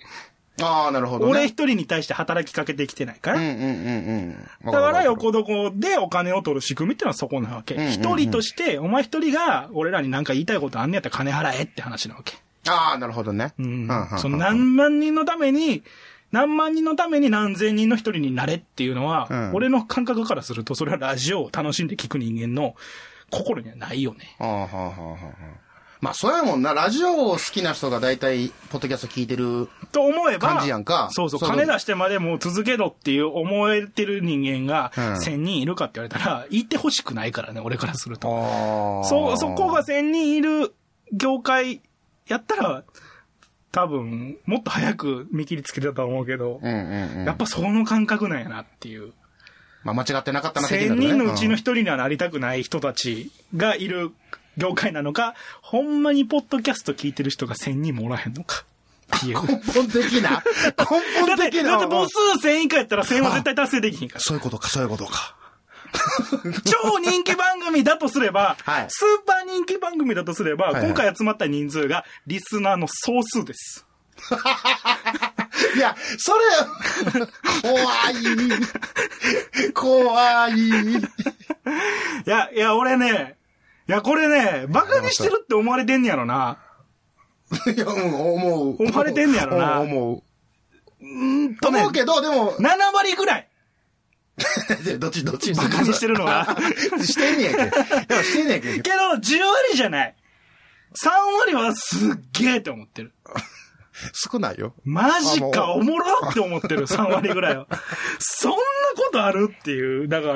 [SPEAKER 2] ああ、なるほどね。
[SPEAKER 3] 俺一人に対して働きかけてきてないから。
[SPEAKER 2] うんうんうんうん。
[SPEAKER 3] だか
[SPEAKER 2] わ
[SPEAKER 3] ら
[SPEAKER 2] るわる
[SPEAKER 3] 横床でお金を取る仕組みってのはそこなわけ。一、人として、お前一人が俺らに何か言いたいことあんねやったら金払えって話なわけ。
[SPEAKER 2] ああ、なるほどね。う
[SPEAKER 3] うんん
[SPEAKER 2] はんはんはん
[SPEAKER 3] その何万人のために、何万人のために何千人の一人になれっていうのは、
[SPEAKER 2] うん
[SPEAKER 3] 俺の感覚からすると、それはラジオを楽しんで聞く人間の心にはないよね。
[SPEAKER 2] ああ、はあ、はあ、はあ。まあ、そうやもんな。ラジオを好きな人が大体、ポッドキャスト聞いてる。
[SPEAKER 3] と思えば、
[SPEAKER 2] 感じやんか
[SPEAKER 3] そうそう、
[SPEAKER 2] その
[SPEAKER 3] 金出してまでもう続けろっていう思えてる人間が、
[SPEAKER 2] うん
[SPEAKER 3] 千人いるかって言われたら、言ってほしくないからね、俺からすると。
[SPEAKER 2] あ
[SPEAKER 3] そ、そこが、1000人いる業界やったら、多分、もっと早く見切りつけてたと思うけど、
[SPEAKER 2] うんうんうん。
[SPEAKER 3] やっぱその感覚なんやなっていう。
[SPEAKER 2] まあ、間違ってなかったな、
[SPEAKER 3] 1000人のうちの
[SPEAKER 2] 人。
[SPEAKER 3] 一人にはなりたくない人たちがいる業界なのか、ほんまにポッドキャスト聞いてる人が1000人もおらへんのかって いう。
[SPEAKER 2] 根本的な根
[SPEAKER 3] だっ
[SPEAKER 2] 本
[SPEAKER 3] て、
[SPEAKER 2] 的
[SPEAKER 3] だっ
[SPEAKER 2] な
[SPEAKER 3] て母数1000以下やったら1000は絶 対達成できひんから。
[SPEAKER 2] そういうことか、そういうことか。
[SPEAKER 3] 超人気番組だとすれば、
[SPEAKER 2] はい
[SPEAKER 3] スーパー人気番組だとすれば、
[SPEAKER 2] はいはい
[SPEAKER 3] 今回集まった人数がリスナーの総数です。
[SPEAKER 2] いや、それ、怖い。怖い。
[SPEAKER 3] いや、いや、俺ね、いや、これね、バカにしてるって思われてんねやろな。
[SPEAKER 2] いや、うん、思う。
[SPEAKER 3] 思われてんねやろな
[SPEAKER 2] うん思
[SPEAKER 3] うん
[SPEAKER 2] う。
[SPEAKER 3] とね、
[SPEAKER 2] 思う
[SPEAKER 3] 7
[SPEAKER 2] けど、でも、
[SPEAKER 3] 割ぐらい、
[SPEAKER 2] どっち、どっち。
[SPEAKER 3] バカにしてるのは。
[SPEAKER 2] してんねやけど。いや、してんねやけど
[SPEAKER 3] け。ど、10割じゃない。3割はすっげえって思ってる。
[SPEAKER 2] 少ないよ。
[SPEAKER 3] マジか、
[SPEAKER 2] あ
[SPEAKER 3] おもろって思ってる、3割ぐらいは。そんなことあるっていう。だから、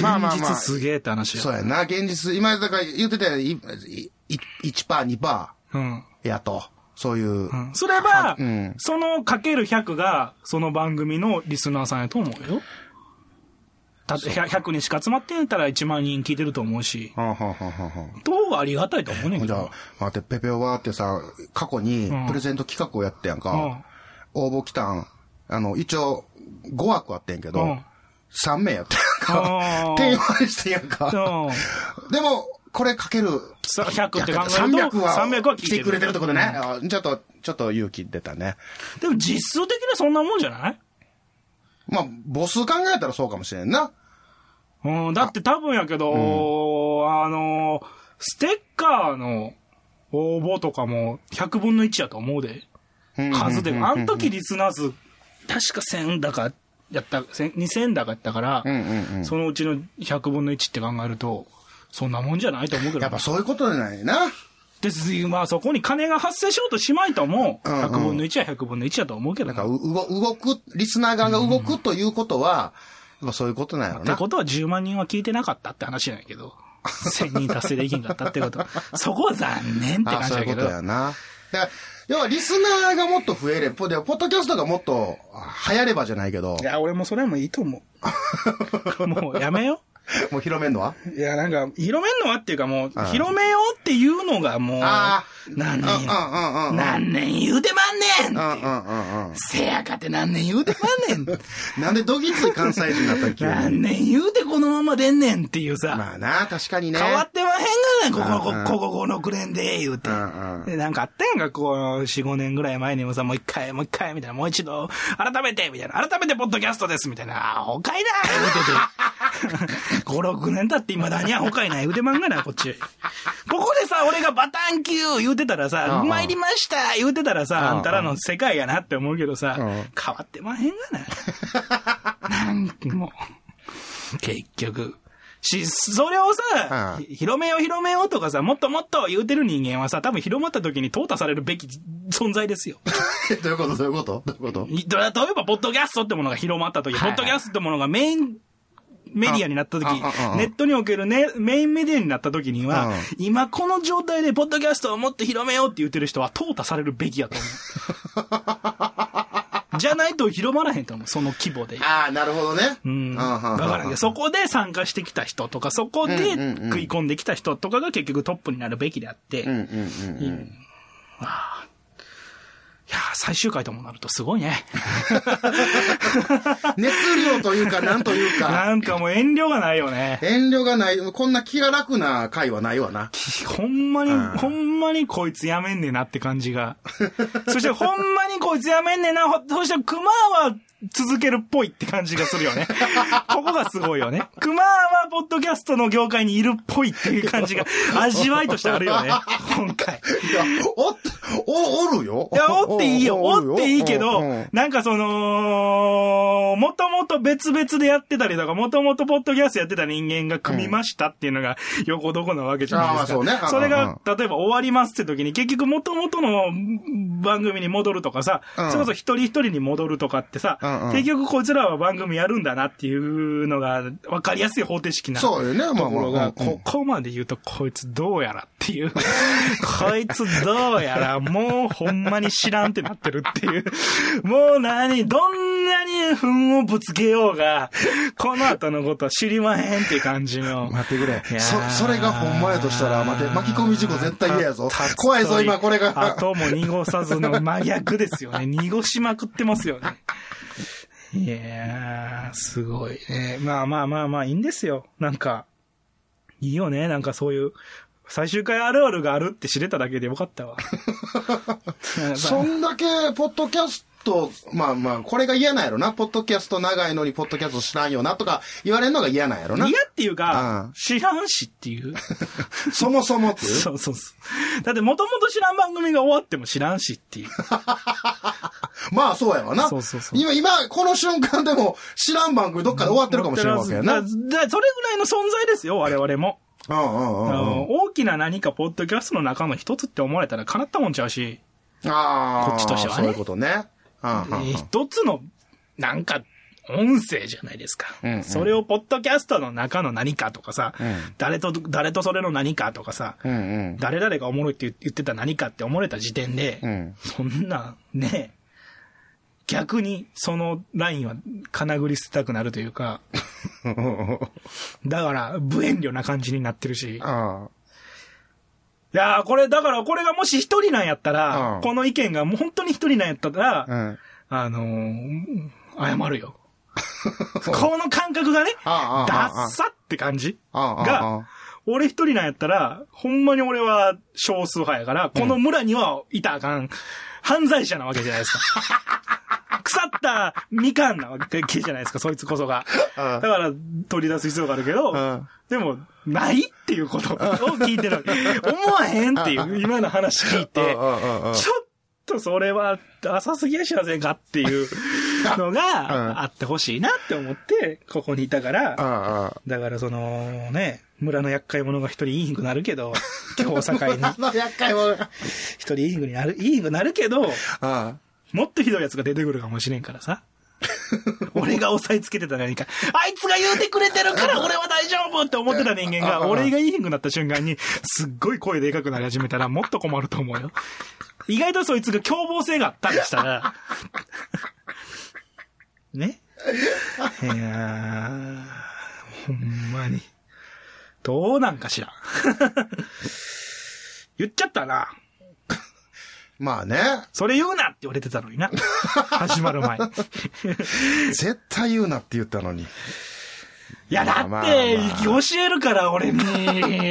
[SPEAKER 2] まあまあ
[SPEAKER 3] 現
[SPEAKER 2] まあ
[SPEAKER 3] 実すげえって話や。
[SPEAKER 2] そうやな、現実。今、だから言ってたよ、いいい1%、2%
[SPEAKER 3] うん。
[SPEAKER 2] やと。そういう。
[SPEAKER 3] すれば、
[SPEAKER 2] うん
[SPEAKER 3] そのかける100が、その番組のリスナーさんやと思うよ。だって100 100人しか集まってんやったら1万人聞いてると思うし、
[SPEAKER 2] はんはんはんはんはん
[SPEAKER 3] どうありがたいと思うねんけ
[SPEAKER 2] じゃあ
[SPEAKER 3] ど。、
[SPEAKER 2] 待って、ペペオはってさ、過去にプレゼント企画をやってやんか、応募来たん、あの、一応、5枠あってんけど、
[SPEAKER 3] うん
[SPEAKER 2] 3名やってん
[SPEAKER 3] あ
[SPEAKER 2] か
[SPEAKER 3] ー、
[SPEAKER 2] 転用してやんか。
[SPEAKER 3] うん。
[SPEAKER 2] でも、これかける、
[SPEAKER 3] さ100って考え ると、
[SPEAKER 2] 300は、
[SPEAKER 3] 300は聞い
[SPEAKER 2] 来
[SPEAKER 3] て
[SPEAKER 2] てくれてるってことね。あちょっと、ちょっと勇気出たね。
[SPEAKER 3] でも実数的にはそんなもんじゃない
[SPEAKER 2] まあ、母数考えたらそうかもしれんな。
[SPEAKER 3] うん、だって多分やけど、あの、ステッカーの応募とかも100分の1やと思うで。数で。あの時リスナー数、確か1000だか、やった、1000 2000だかやったから、
[SPEAKER 2] うんうんうん。
[SPEAKER 3] そのうちの100分の1って考えると、そんなもんじゃないと思うけど。
[SPEAKER 2] やっぱそういうことじゃないな。
[SPEAKER 3] ですまあそこに金が発生しようとしまいとも、
[SPEAKER 2] うんうん
[SPEAKER 3] 100分の1は100分の1やと思うけど
[SPEAKER 2] なん
[SPEAKER 3] な。
[SPEAKER 2] か
[SPEAKER 3] っ
[SPEAKER 2] う、うご動く、リスナー側が動くということは、まあそういうことなんやろ
[SPEAKER 3] て
[SPEAKER 2] な。
[SPEAKER 3] ことは10万人は聞いてなかったって話なんや けど、1000人達成できんかったってこと。そこは残念っ
[SPEAKER 2] あ
[SPEAKER 3] て話
[SPEAKER 2] そうい
[SPEAKER 3] だ
[SPEAKER 2] う
[SPEAKER 3] け
[SPEAKER 2] こと
[SPEAKER 3] ど。
[SPEAKER 2] やな。だから、要はリスナーがもっと増えれば、ポッドキャストがもっと流行ればじゃないけど
[SPEAKER 3] い、や、俺もそれはもういいと思 う。もうやめよ
[SPEAKER 2] もう広めんのは
[SPEAKER 3] う。いや、なんか、広めんのはっていうかもう
[SPEAKER 2] あ、あ
[SPEAKER 3] 広めようっていうのがもう
[SPEAKER 2] ああ、
[SPEAKER 3] 何
[SPEAKER 2] うんうん
[SPEAKER 3] 年や
[SPEAKER 2] うんうん。
[SPEAKER 3] 何年言うてまんね
[SPEAKER 2] う
[SPEAKER 3] ん
[SPEAKER 2] んうんうんうん。
[SPEAKER 3] せやかて何年言うてまんね ん
[SPEAKER 2] なんでどぎつい関西人だったっけ
[SPEAKER 3] 何年言うてこのまま出んねんっていうさ、
[SPEAKER 2] まあな、確かにね。
[SPEAKER 3] 変わってまへんがな、ここ、
[SPEAKER 2] うんうん
[SPEAKER 3] ここ、ここ6年で言うて。
[SPEAKER 2] うんうん
[SPEAKER 3] でなんかあったやんか、こう、4、5年ぐらい前にもさ、もう一回、もう一回、みたいな、もう一度、改めて、みたいな、改めてポッドキャストです、みたいな、あ、ほかいな、言うてて。 5、6年経って今だにアホかいな、腕漫画な、こっち。ここでさ、俺がバタンキュー言うてたら
[SPEAKER 2] うん
[SPEAKER 3] さ、
[SPEAKER 2] うん
[SPEAKER 3] 参りました言うてたらさ、
[SPEAKER 2] うん
[SPEAKER 3] あんたらの世界やなって思うけどさ、
[SPEAKER 2] うん
[SPEAKER 3] 変わってまへんが な。なんかもう、結局。し、それをさ、
[SPEAKER 2] うん
[SPEAKER 3] ひ広めよう広めようとかさ、もっともっと言うてる人間はさ、多分広まった時に淘汰されるべき存在ですよ。
[SPEAKER 2] どういうことどういうことどういうこと
[SPEAKER 3] い例えば、ポッドキャストってものが広まったとき、
[SPEAKER 2] はいはい
[SPEAKER 3] ポッドキャストってものがメイン、メディアになったとき、
[SPEAKER 2] ああああ
[SPEAKER 3] ネットにおける、ね、メインメディアになったときには、
[SPEAKER 2] うん
[SPEAKER 3] 今この状態でポッドキャストをもっと広めようって言ってる人は淘汰されるべきやと思 う。じゃないと広まらへんと思う、その規模で。
[SPEAKER 2] ああ、なるほどね。
[SPEAKER 3] うん。だ
[SPEAKER 2] ああ
[SPEAKER 3] から、そこで参加してきた人とか、そこで
[SPEAKER 2] うんうんうん
[SPEAKER 3] 食い込んできた人とかが結局トップになるべきであって、
[SPEAKER 2] うん
[SPEAKER 3] い
[SPEAKER 2] うんうんうん。
[SPEAKER 3] やー最終回ともなるとすご いね。
[SPEAKER 2] 熱量というか、なんというか、
[SPEAKER 3] なんかもう遠慮がないよね。
[SPEAKER 2] 遠慮がない、こんな気が楽な回はないわな。
[SPEAKER 3] ほんまに、
[SPEAKER 2] うん
[SPEAKER 3] ほんまにこいつやめんねんなって感じが。そしてほんまにこいつやめんねんな、ほそしてクマは続けるっぽいって感じがするよね。 ここがすごいよね。クマはポッドキャストの業界にいるっぽいっていう感じが味わいとしてあ るよね、今回。
[SPEAKER 2] いや、おっ、お、おるよ。
[SPEAKER 3] いや、おっていいよ。おっていいけど
[SPEAKER 2] うんうん、
[SPEAKER 3] なんかその、もともと別々でやってたりとか、もともとポッドキャストやってた人間が組みましたっていうのが横どこなわけじゃないですか。
[SPEAKER 2] あーまあそうね
[SPEAKER 3] れ
[SPEAKER 2] うん
[SPEAKER 3] が、例えば終わりますって時に、結局もともとのうん番組に戻るとかさ、
[SPEAKER 2] うん
[SPEAKER 3] それこそ一人一人に戻るとかってさ
[SPEAKER 2] うんうん、
[SPEAKER 3] 結局こいつらは番組やるんだなっていうのが分かりやすい方程式な
[SPEAKER 2] そうよね、まあまあ
[SPEAKER 3] ところが、
[SPEAKER 2] うんうん
[SPEAKER 3] ここまで言うと、こいつどうやらっ ていう。こいつどうやら、もうほんまに知らんってなってるっていう。もう何、どんなに糞をぶつけようが、この後のことは知りまへんっていう感じの。
[SPEAKER 2] 待ってくれ
[SPEAKER 3] い。やー
[SPEAKER 2] そ、それがほんまやとしたら、待って、巻き込み事故絶対嫌やぞ
[SPEAKER 3] たた。
[SPEAKER 2] 怖いぞ、今これが。
[SPEAKER 3] 後も濁さずの真逆で すよね。濁しまくってますよね。いやー、すごいね。まあまあまあまあ、いいんですよ。なんか、いいよね。なんかそういう、最終回あるあるがあるって知れただけでよかったわ。 なんか
[SPEAKER 2] そんだけ、ポッドキャスト、まあまあ、これが嫌なんやろな。ポッドキャスト長いのに、ポッドキャスト知らんよな、とか言われるのが嫌なんやろな
[SPEAKER 3] 嫌。っていうか、
[SPEAKER 2] うん
[SPEAKER 3] 知らんしっていう。
[SPEAKER 2] そもそもっていう。
[SPEAKER 3] そうそうそう。だってもともと知らん番組が終わっても知らんしっていう。
[SPEAKER 2] まあ、そうやわな。
[SPEAKER 3] そうそうそう
[SPEAKER 2] 今、今、この瞬間でも、知らん番組どっかで終わってるかもしれませんよな。
[SPEAKER 3] だ
[SPEAKER 2] うん
[SPEAKER 3] だそれぐらいの存在ですよ、我々も。
[SPEAKER 2] うんう
[SPEAKER 3] あ
[SPEAKER 2] んうん。
[SPEAKER 3] の大きな何かポッドキャストの中の一つって思われたら叶ったもんちゃうし、
[SPEAKER 2] ああ。
[SPEAKER 3] こっちとしてはね
[SPEAKER 2] そういうことね。うんうんうん
[SPEAKER 3] 一つのなんか音声じゃないですか、
[SPEAKER 2] うんうん
[SPEAKER 3] それをポッドキャストの中の何かとかさ、
[SPEAKER 2] ん
[SPEAKER 3] 誰と、誰とそれの何かとかさ、
[SPEAKER 2] うんうん。
[SPEAKER 3] 誰々がおもろいって言言ってた何かって思われた時点で、
[SPEAKER 2] うん
[SPEAKER 3] そんな、ね、逆にそのラインはかなぐり捨てたくなるというか、だから、無遠慮な感じになってるし。
[SPEAKER 2] あ
[SPEAKER 3] いやー、これ、だから、これがもし一人なんやったら、
[SPEAKER 2] うん
[SPEAKER 3] この意見がもう本当に一人なんやったら、
[SPEAKER 2] あ。うん。
[SPEAKER 3] あのー、謝 るよ。この感覚がね、
[SPEAKER 2] ああああ
[SPEAKER 3] ダッサって感じ
[SPEAKER 2] ああああ
[SPEAKER 3] が、俺一人なんやったら、ほんまに俺は少数派やから、この村にはいたあかん、犯罪者なわけじゃな いですか。腐ったみかんなわけじゃないですか、そいつこそが。
[SPEAKER 2] ああ
[SPEAKER 3] だから、取り出す必要があるけど、
[SPEAKER 2] ああ
[SPEAKER 3] でも、ないっていうことを聞いてるわけ。思わへんっていう、今の話聞いて、
[SPEAKER 2] ああああああ
[SPEAKER 3] ちょっとそれは浅すぎやしませんかっていうの
[SPEAKER 2] う
[SPEAKER 3] が
[SPEAKER 2] ん
[SPEAKER 3] あってほしいなって思って、ここにいたから、
[SPEAKER 2] ああ。
[SPEAKER 3] だからそのね、村の厄介者が一人いいひんくなる けど、今日大阪に
[SPEAKER 2] あの厄介者が。
[SPEAKER 3] 一人いいひんくになる、いいひんくなるけど、
[SPEAKER 2] あ
[SPEAKER 3] もっとひどいやつが出てくるかもしれんからさ。俺が押さえつけてた何か、あいつが言うてくれてるから俺は大丈夫って思ってた人間が、俺がいいひんくなった瞬間に、すっごい声でかくなり始めたらもっと困ると思うよ。意外とそいつが凶暴性があったりしたら、 ねいやー、ほんまに。どうなんかしらん。 言っちゃったな。
[SPEAKER 2] まあね。
[SPEAKER 3] それ言うなって言われてたの にな。始まる前。
[SPEAKER 2] 絶対言うなって言ったのに。
[SPEAKER 3] いや、だ
[SPEAKER 2] ま
[SPEAKER 3] っ
[SPEAKER 2] あ
[SPEAKER 3] て、
[SPEAKER 2] まあ
[SPEAKER 3] 教えるから、俺に。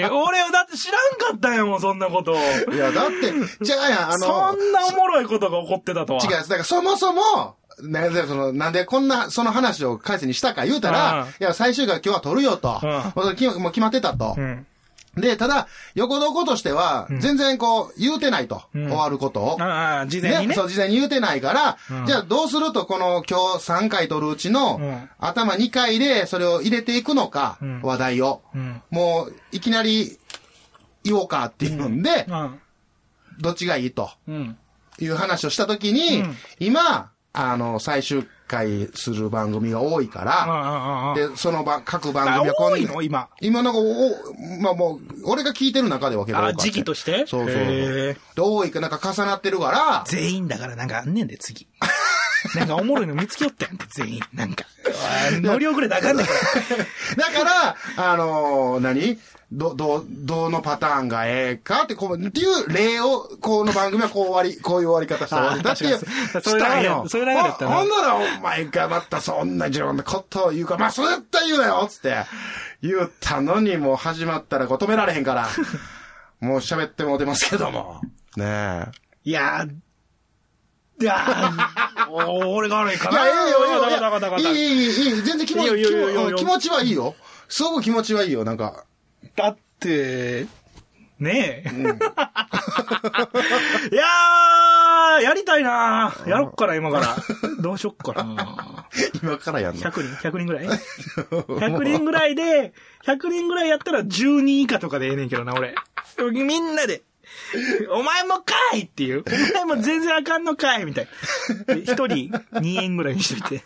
[SPEAKER 3] 俺はだって知らんかったんやもん、そんなこと。
[SPEAKER 2] いや、だって、じゃあやん、あの、
[SPEAKER 3] そんなおもろいことが起こってたとは。
[SPEAKER 2] 違うやつ。だからそもそも、なんで、その、なんでこんな、その話を返せにしたか言うた
[SPEAKER 3] うん
[SPEAKER 2] ら、いや、最終回今日は撮るよと。
[SPEAKER 3] うん
[SPEAKER 2] もうそれ決まもう決まってたと
[SPEAKER 3] う。ん。
[SPEAKER 2] で、ただ、横床としては、全然こう、言うてないと。
[SPEAKER 3] ん
[SPEAKER 2] 終わることを。
[SPEAKER 3] ああ、事前にね。
[SPEAKER 2] そう、事前に言うてないから、
[SPEAKER 3] うん
[SPEAKER 2] じゃあどうすると、この今日3回撮るうちの、
[SPEAKER 3] うん
[SPEAKER 2] 頭2回でそれを入れていくのか、
[SPEAKER 3] うん
[SPEAKER 2] 話題を。
[SPEAKER 3] うん。
[SPEAKER 2] もう、いきなり、言おうかっていうんで、
[SPEAKER 3] うん。
[SPEAKER 2] どっちがいいと
[SPEAKER 3] うん。
[SPEAKER 2] いう話をしたときに、
[SPEAKER 3] うん
[SPEAKER 2] 今、あの、最終回する番組が多いから、
[SPEAKER 3] あ
[SPEAKER 2] で、その番、各番
[SPEAKER 3] あ、
[SPEAKER 2] 組はこ
[SPEAKER 3] 多
[SPEAKER 2] ん
[SPEAKER 3] い
[SPEAKER 2] な
[SPEAKER 3] の、今。
[SPEAKER 2] 今なんかお、まあもう、俺が聞いてる中では結構多か
[SPEAKER 3] あ
[SPEAKER 2] った
[SPEAKER 3] 時期として
[SPEAKER 2] そうそうそう。
[SPEAKER 3] へ
[SPEAKER 2] で
[SPEAKER 3] ー、
[SPEAKER 2] 多いかなんか重なってるから、
[SPEAKER 3] 全員だからなんかあんねん で、次。なんかおもろいの見つけよったやんって、全員。なんか。あー乗り遅れたらあかんねんから。
[SPEAKER 2] だから、あのー何ど、ど、どのパターンがええかって、こう、っていう例を、この番組はこう終わり、こういう終わり方したわけだっていう
[SPEAKER 3] あー確かにそうそういう
[SPEAKER 2] したん
[SPEAKER 3] 流
[SPEAKER 2] よ。
[SPEAKER 3] れそういう流れだったな
[SPEAKER 2] ほほんなら、お前がまたそんな自分のことを言うか、まあ、そうやったら言うなよっつって、言ったのに、もう始まったらこう止められへんから、もう喋ってもうてますけども。ねえ。
[SPEAKER 3] いやー、いやー、お俺が悪いか
[SPEAKER 2] い
[SPEAKER 3] な。
[SPEAKER 2] や、いいよ、いいよ
[SPEAKER 3] わかったわかったわかった
[SPEAKER 2] いい、いい、いい、いい、全然気持
[SPEAKER 3] い
[SPEAKER 2] ち、
[SPEAKER 3] いよいいよいいよいいよ
[SPEAKER 2] うん気持ちはいいよ。すごく気持ちはいいよ、なんか。
[SPEAKER 3] だって、ねえ。いやー、やりたいなーやろっかな、今から。どうしよっかな。
[SPEAKER 2] 今からやんの。
[SPEAKER 3] 100人 ?100 人ぐらい ?100 人ぐらいで、100人ぐらいやったら10人以下とかでええねんけどな、俺。みんなで。お前もかいっていう。お前も全然あかんのかいみたいな。で一人2円ぐらいにしとい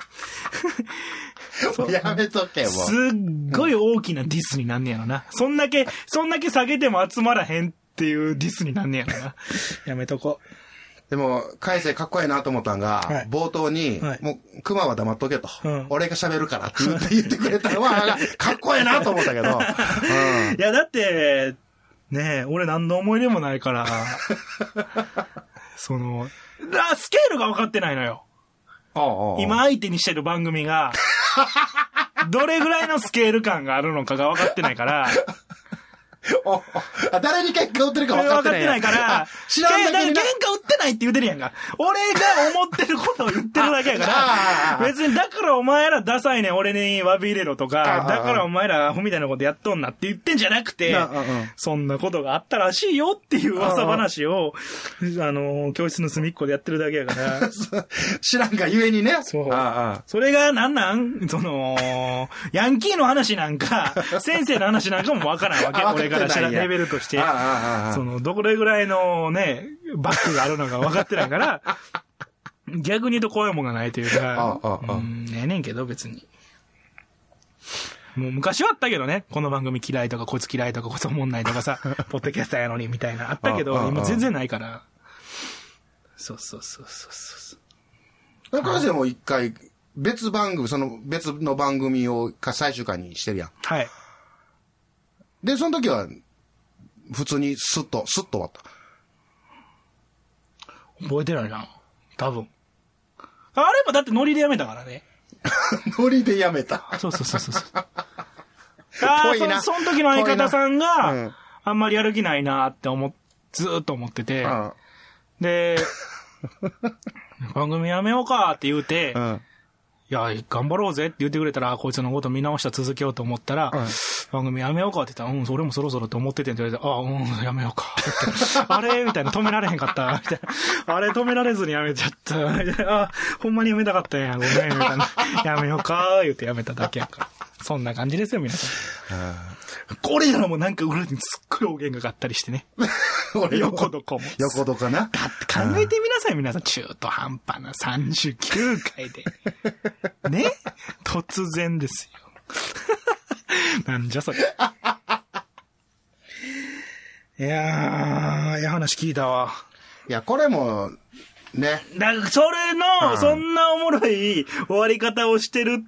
[SPEAKER 3] て。
[SPEAKER 2] やめとけ、も
[SPEAKER 3] す
[SPEAKER 2] う。
[SPEAKER 3] っごい大きなディスになんねやろな。そんだけ、そんだけ下げても集まらへんっていうディスになんねやろな。 やめとこ
[SPEAKER 2] でも、海星かっこいいなと思ったんが、
[SPEAKER 3] はい
[SPEAKER 2] 冒頭に、
[SPEAKER 3] はい
[SPEAKER 2] もう、熊は黙っとけと。
[SPEAKER 3] うん
[SPEAKER 2] 俺が喋るからって言って言ってくれたの は、かっこいいなと思ったけど。うん
[SPEAKER 3] う。いや、だって、ねえ、俺何の思い出もない から、その、あスケールが分かってないのよ。
[SPEAKER 2] おうおうおう
[SPEAKER 3] 今、相手にしてる番組が、どれぐらいのスケール感があるのかが分かってないから、
[SPEAKER 2] おうあ誰に結果売ってるか
[SPEAKER 3] 分
[SPEAKER 2] 分
[SPEAKER 3] か
[SPEAKER 2] かっ
[SPEAKER 3] っ
[SPEAKER 2] てて
[SPEAKER 3] な
[SPEAKER 2] ないい。
[SPEAKER 3] から
[SPEAKER 2] あ、 知らんだけ
[SPEAKER 3] 喧
[SPEAKER 2] にな。
[SPEAKER 3] 嘩売ってないって言うてるやんか。俺が思ってることを言ってるだけやか
[SPEAKER 2] あ
[SPEAKER 3] ら、
[SPEAKER 2] あ
[SPEAKER 3] 別にだからお前らダサいねん俺に詫び入れろとか
[SPEAKER 2] あ、あ
[SPEAKER 3] だからお前らアホみたいなことやっとんなって言ってんじゃなくて
[SPEAKER 2] なうんうん、
[SPEAKER 3] そんなことがあったらしいよっていう噂話を、あの、教室の隅っこでやってるだけやから。
[SPEAKER 2] 知らんがゆえにね。
[SPEAKER 3] そう
[SPEAKER 2] ああ
[SPEAKER 3] それがなんなんその、ヤンキーの話な んか、先生の話なんかもわからんわけ。
[SPEAKER 2] あ分かって
[SPEAKER 3] 俺からしたら
[SPEAKER 2] ないんや
[SPEAKER 3] レベルとして
[SPEAKER 2] あああああ。あ
[SPEAKER 3] その、どれぐらいのね、バックがあるのか分かってないから、 逆に言うと怖いもんがないという
[SPEAKER 2] あ
[SPEAKER 3] か、
[SPEAKER 2] ああ
[SPEAKER 3] うん、ええねんけど別に。もう昔はあったけどね、この番組嫌いとか、こいつ嫌いとか、こいつおもんないとか さ、ポッドキャスターやのにみたいな、あったけど、
[SPEAKER 2] あああ
[SPEAKER 3] 今全然ないから。そうそうそうそうそう。
[SPEAKER 2] でも海星も一回、別番組、その別の番組をか最終回にしてるやん。
[SPEAKER 3] はい。
[SPEAKER 2] で、その時は、普通にスッと、スッと終わった。
[SPEAKER 3] 覚えてないな。多分。あれもだってノリでやめたからね。
[SPEAKER 2] ノリでやめた。
[SPEAKER 3] そうそうそうそうそう。 ああ、
[SPEAKER 2] ぽいな
[SPEAKER 3] そその時の相方さん
[SPEAKER 2] ぽいなう
[SPEAKER 3] が
[SPEAKER 2] ん、
[SPEAKER 3] あんまりやる気ないなって思っ、ずーっと思ってて、
[SPEAKER 2] うん
[SPEAKER 3] で、 番組やめようかって言うて、
[SPEAKER 2] うん。
[SPEAKER 3] いや、頑張ろうぜって言ってくれたら、あこいつのこと見直したら続けようと思ったら、
[SPEAKER 2] ん
[SPEAKER 3] 番組やめようかって言ったら、うん、それもそろそろって思っててんって言われて、あ、うん、やめようか って。あれみたいな、止められへんかった。みたいな。あれ止められずにやめちゃった。みたい なあ、ほんまにやめたかったんや。ごめん、みたいな。やめようか言ってやめただけやから。そんな感じですよ、皆さん。これやらもなんか裏にすっごい大喧嘩があったりしてね。
[SPEAKER 2] 俺
[SPEAKER 3] 横床も。
[SPEAKER 2] 横とかな。
[SPEAKER 3] 考えてみなさい、皆さん。中途半端な39回 で。ね突然ですよ。 なんじゃそれ。いやー、いや話聞いたわ。
[SPEAKER 2] いや、これも、ね。
[SPEAKER 3] だからそれの、
[SPEAKER 2] うん
[SPEAKER 3] そんなおもろい終わり方をしてる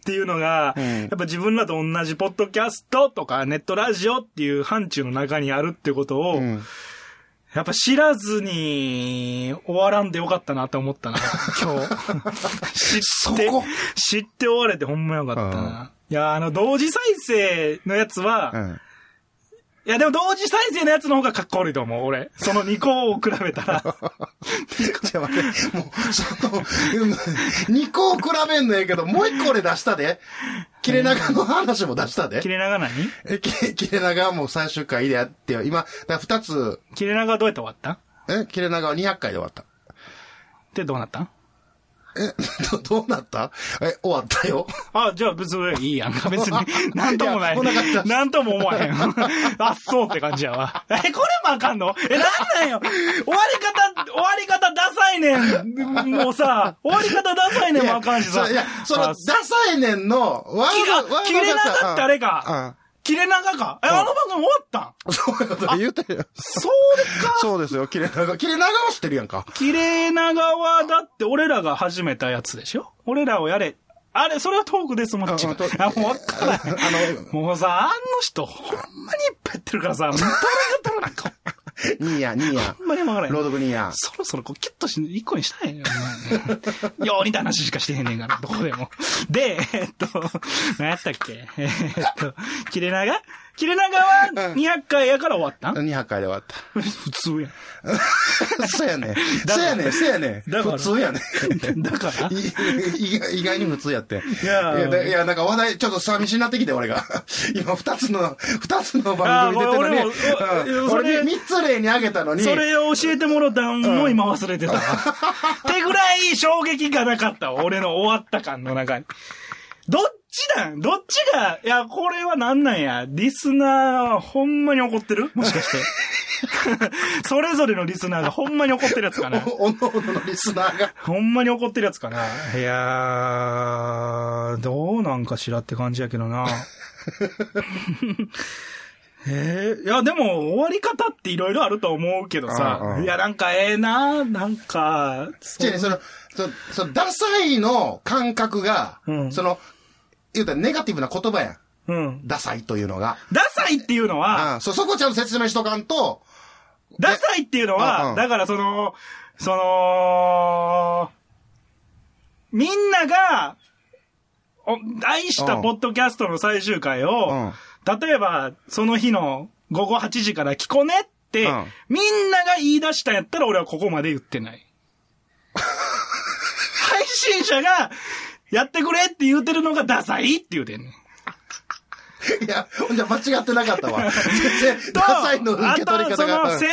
[SPEAKER 3] っていうのが、
[SPEAKER 2] ん
[SPEAKER 3] やっぱ自分らと同じポッドキャストとかネットラジオっていう範疇の中にあるってことを、
[SPEAKER 2] ん
[SPEAKER 3] やっぱ知らずに終わらんでよかったなと思ったな、今日。知って
[SPEAKER 2] そこ、
[SPEAKER 3] 知って終われてほんまよかったな。いや、あの、同時再生のやつは、
[SPEAKER 2] うん。
[SPEAKER 3] いや、でも同時再生のやつの方がかっこ悪いと思う、俺。その2個を比べたら。
[SPEAKER 2] ちょ、待って、もう、その、2個を比べんのやけど、もう1個俺出したで。切れ長の話も出したで
[SPEAKER 3] 切。れ長何
[SPEAKER 2] え、き切れ長はもう最終回でやってよ。今、だ2つ、
[SPEAKER 3] 切れ長はどうやって終わった
[SPEAKER 2] え、切れ長は200回で終わった。
[SPEAKER 3] ってどうなった
[SPEAKER 2] え、ど、どうなったえ、終わったよ。
[SPEAKER 3] あ、じゃあ別にいいや んか、別に。なんともない
[SPEAKER 2] いや来なかっ。た
[SPEAKER 3] なんとも思わへん。 あ、そうって感じやわ。 え、これもあかんのえ、なんなんよ終わり方、終わり方ダサいねん。もうさ、終わり方ダサいねんもあかんしさ。
[SPEAKER 2] いや、その、
[SPEAKER 3] あ
[SPEAKER 2] ダサいねんの、ワ
[SPEAKER 3] 切ら
[SPEAKER 2] ード、ワード
[SPEAKER 3] 切れ長ってあれ
[SPEAKER 2] うん
[SPEAKER 3] か。切れ長か。え、あの番組終わったん
[SPEAKER 2] うんそういうこと言うてるよ。
[SPEAKER 3] そうか。
[SPEAKER 2] そうですよ、切れ長。切れ長を知ってるやんか。
[SPEAKER 3] 切れ長は、だって俺らが始めたやつでしょ俺らをやれ。あれ、それはトークですもん、ち
[SPEAKER 2] ああトーク
[SPEAKER 3] あ、もうわからない。
[SPEAKER 2] あ
[SPEAKER 3] もうさ、あの人、ほんまにいっぱいやってる からさ、もうどれがどれなんか、
[SPEAKER 2] ニーヤ、ニーヤ。
[SPEAKER 3] ほんまにわか ら
[SPEAKER 2] 朗
[SPEAKER 3] ない。
[SPEAKER 2] 読ニーヤ。
[SPEAKER 3] そろそろこう、キュッとし、一個にしたいよ、お前 よう似た話しかしてへんねんから、どこでも。で、えっと、何やったっけえっと、切れ長切れ長は200回やから終わったん
[SPEAKER 2] 200回で終わった。
[SPEAKER 3] 普通やん。
[SPEAKER 2] そうやねん。
[SPEAKER 3] だ
[SPEAKER 2] そ
[SPEAKER 3] か
[SPEAKER 2] う
[SPEAKER 3] ら
[SPEAKER 2] やねん、そうやねん。
[SPEAKER 3] だから
[SPEAKER 2] 普通 やねん。
[SPEAKER 3] だから
[SPEAKER 2] い意外意外に普通やって。
[SPEAKER 3] いやー
[SPEAKER 2] いやだいや、なんか話題、ちょっと寂しになってきて、俺が。 今、二つの、二つの番組出てる
[SPEAKER 3] あ
[SPEAKER 2] ね
[SPEAKER 3] ーごめん俺も
[SPEAKER 2] うん
[SPEAKER 3] それ
[SPEAKER 2] 俺、三つ例にあげたのに。
[SPEAKER 3] それを教えてもらったんも今忘れてた わ。ってぐらい衝撃がなかったわ俺の終わった感の中に。どっちなんどっちが、いや、これはなんなんや。リスナーはほんまに怒ってるもしかして。それぞれのリスナーがほんまに怒ってるやつかな。
[SPEAKER 2] おおのおののリスナーが。
[SPEAKER 3] ほんまに怒ってるやつかな。いやー、どうなんかしらって感じやけどな。 えー、いや、でも、終わり方っていろいろあると思うけど
[SPEAKER 2] うん
[SPEAKER 3] さ
[SPEAKER 2] う。ん
[SPEAKER 3] いや、なんかええな、なんか、 そ
[SPEAKER 2] 違うね、その、そその、ダサいの感覚が、
[SPEAKER 3] うん
[SPEAKER 2] その、言うたらネガティブな言葉やん。
[SPEAKER 3] うん。
[SPEAKER 2] ダサいというのが。
[SPEAKER 3] ダサいっていうの
[SPEAKER 2] あ
[SPEAKER 3] は、
[SPEAKER 2] あ、そ、そこちゃんと説明しとかんと、
[SPEAKER 3] ダサいっていうの
[SPEAKER 2] うん
[SPEAKER 3] は、
[SPEAKER 2] うん
[SPEAKER 3] だからその、その、みんなが、お愛した
[SPEAKER 2] うん
[SPEAKER 3] ポッドキャストの最終回を、例えば、その日の午後8時から聞こねって、
[SPEAKER 2] うん
[SPEAKER 3] みんなが言い出したんやったら俺はここまで言ってない。配信者が、やってくれって言うてるのがダサいって言うてんねん。
[SPEAKER 2] いや、ほんじゃ間違ってなかった わ。全然、
[SPEAKER 3] と、
[SPEAKER 2] ダサいの受け取り
[SPEAKER 3] あと、そ
[SPEAKER 2] 方
[SPEAKER 3] の、
[SPEAKER 2] が。
[SPEAKER 3] 1000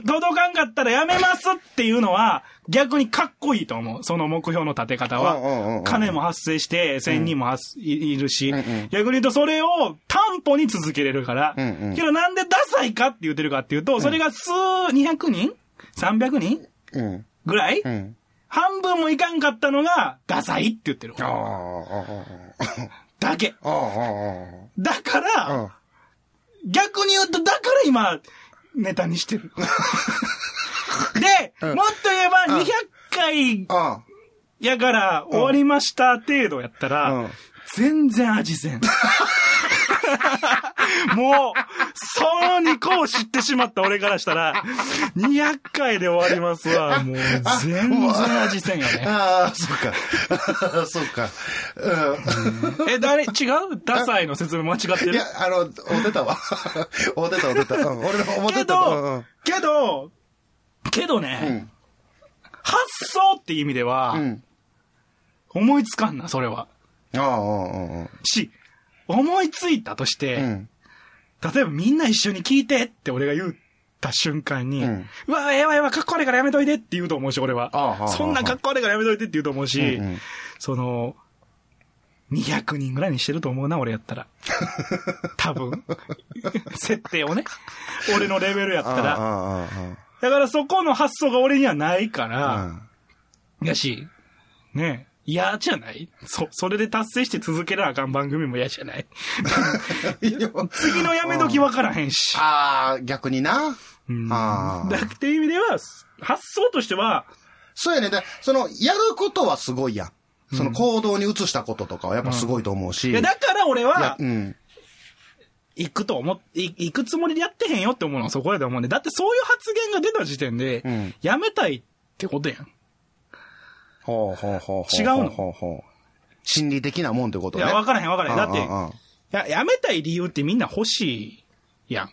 [SPEAKER 3] 人届かんかったらやめますっていうのは、逆にかっこいいと思う。その目標の立て方
[SPEAKER 2] うんうんうんう
[SPEAKER 3] は
[SPEAKER 2] ん。
[SPEAKER 3] 金も発生して、1000人もはすいいるし
[SPEAKER 2] うんうん、
[SPEAKER 3] 逆に言うとそれを担保に続けれるから
[SPEAKER 2] うんう。ん
[SPEAKER 3] けどなんでダサいかって言ってるかっていうと、それが数、200人 ?300 人
[SPEAKER 2] うん。
[SPEAKER 3] ぐらい
[SPEAKER 2] ん。
[SPEAKER 3] 半分もいかんかったのが、ダサいって言ってる。
[SPEAKER 2] ああ、ああ、
[SPEAKER 3] だけ。
[SPEAKER 2] ああ、
[SPEAKER 3] だ
[SPEAKER 2] ああ、
[SPEAKER 3] か
[SPEAKER 2] あ
[SPEAKER 3] ら、
[SPEAKER 2] あ。
[SPEAKER 3] 逆に言うと、だから今、ネタにしてる。で、もっと言えば、200回
[SPEAKER 2] あ
[SPEAKER 3] やから終わりました程度やった
[SPEAKER 2] う
[SPEAKER 3] ら
[SPEAKER 2] ん、
[SPEAKER 3] 全然 味せん。もう、その2個を知ってしまった俺からしたら、200回で終わりますわ。もう、全然味せんよね。
[SPEAKER 2] ああ、そうか。 そうか。
[SPEAKER 3] え、誰、違うダサいの説明間違って
[SPEAKER 2] うん。い
[SPEAKER 3] る
[SPEAKER 2] や、あの、お出たわ。 お出た、お出た。うん俺の思って
[SPEAKER 3] け
[SPEAKER 2] たの。うんう
[SPEAKER 3] ど
[SPEAKER 2] ん、
[SPEAKER 3] けど、けどね、発想っていう意味では
[SPEAKER 2] う、ん。
[SPEAKER 3] 思いつかんな、それは。
[SPEAKER 2] ああ、うんうん
[SPEAKER 3] し、思いついたとして、
[SPEAKER 2] うん。
[SPEAKER 3] 例えばみんな一緒に聞いてって俺が言った瞬間に、う
[SPEAKER 2] うん
[SPEAKER 3] わ、ええわ、ええわ、かっこ悪いからやめといてって言うと思うし、俺は。
[SPEAKER 2] ああああああ
[SPEAKER 3] そんなんかっこ悪いからやめといてって言うと思うし、
[SPEAKER 2] うんうん
[SPEAKER 3] その、200人ぐらいにしてると思うな、俺やった ら。多分。設定をね。俺のレベルやっ
[SPEAKER 2] ああ
[SPEAKER 3] た、ら。
[SPEAKER 2] ああ、
[SPEAKER 3] だからそこの発想が俺にはないか
[SPEAKER 2] あ
[SPEAKER 3] ら、
[SPEAKER 2] あ。うん
[SPEAKER 3] やし、ねえ、嫌じゃないそ、それで達成して続けなあかん番組も嫌じゃない
[SPEAKER 2] いや
[SPEAKER 3] 次のやめ時わからへんし。
[SPEAKER 2] ああ、逆にな。
[SPEAKER 3] うん
[SPEAKER 2] ああ
[SPEAKER 3] だっていう意味では、発想としては、
[SPEAKER 2] そうやね。だその、やることはすごいやん。その行動に移したこととかはやっぱすごいと思うし。
[SPEAKER 3] いや、だから俺はい
[SPEAKER 2] や、うん。
[SPEAKER 3] 行くと思っ、い行くつもりでやってへんよって思うのはそこやと思うね。だってそういう発言が出た時点で、
[SPEAKER 2] うん
[SPEAKER 3] やめたいってことやん。
[SPEAKER 2] ほうほうほうほう。
[SPEAKER 3] 違うの
[SPEAKER 2] ほうほう。心理的なもんってこと
[SPEAKER 3] い
[SPEAKER 2] ね。
[SPEAKER 3] や、わからへんわからへん。だって、
[SPEAKER 2] うんうんうん
[SPEAKER 3] や、やめたい理由ってみんな欲しいやん。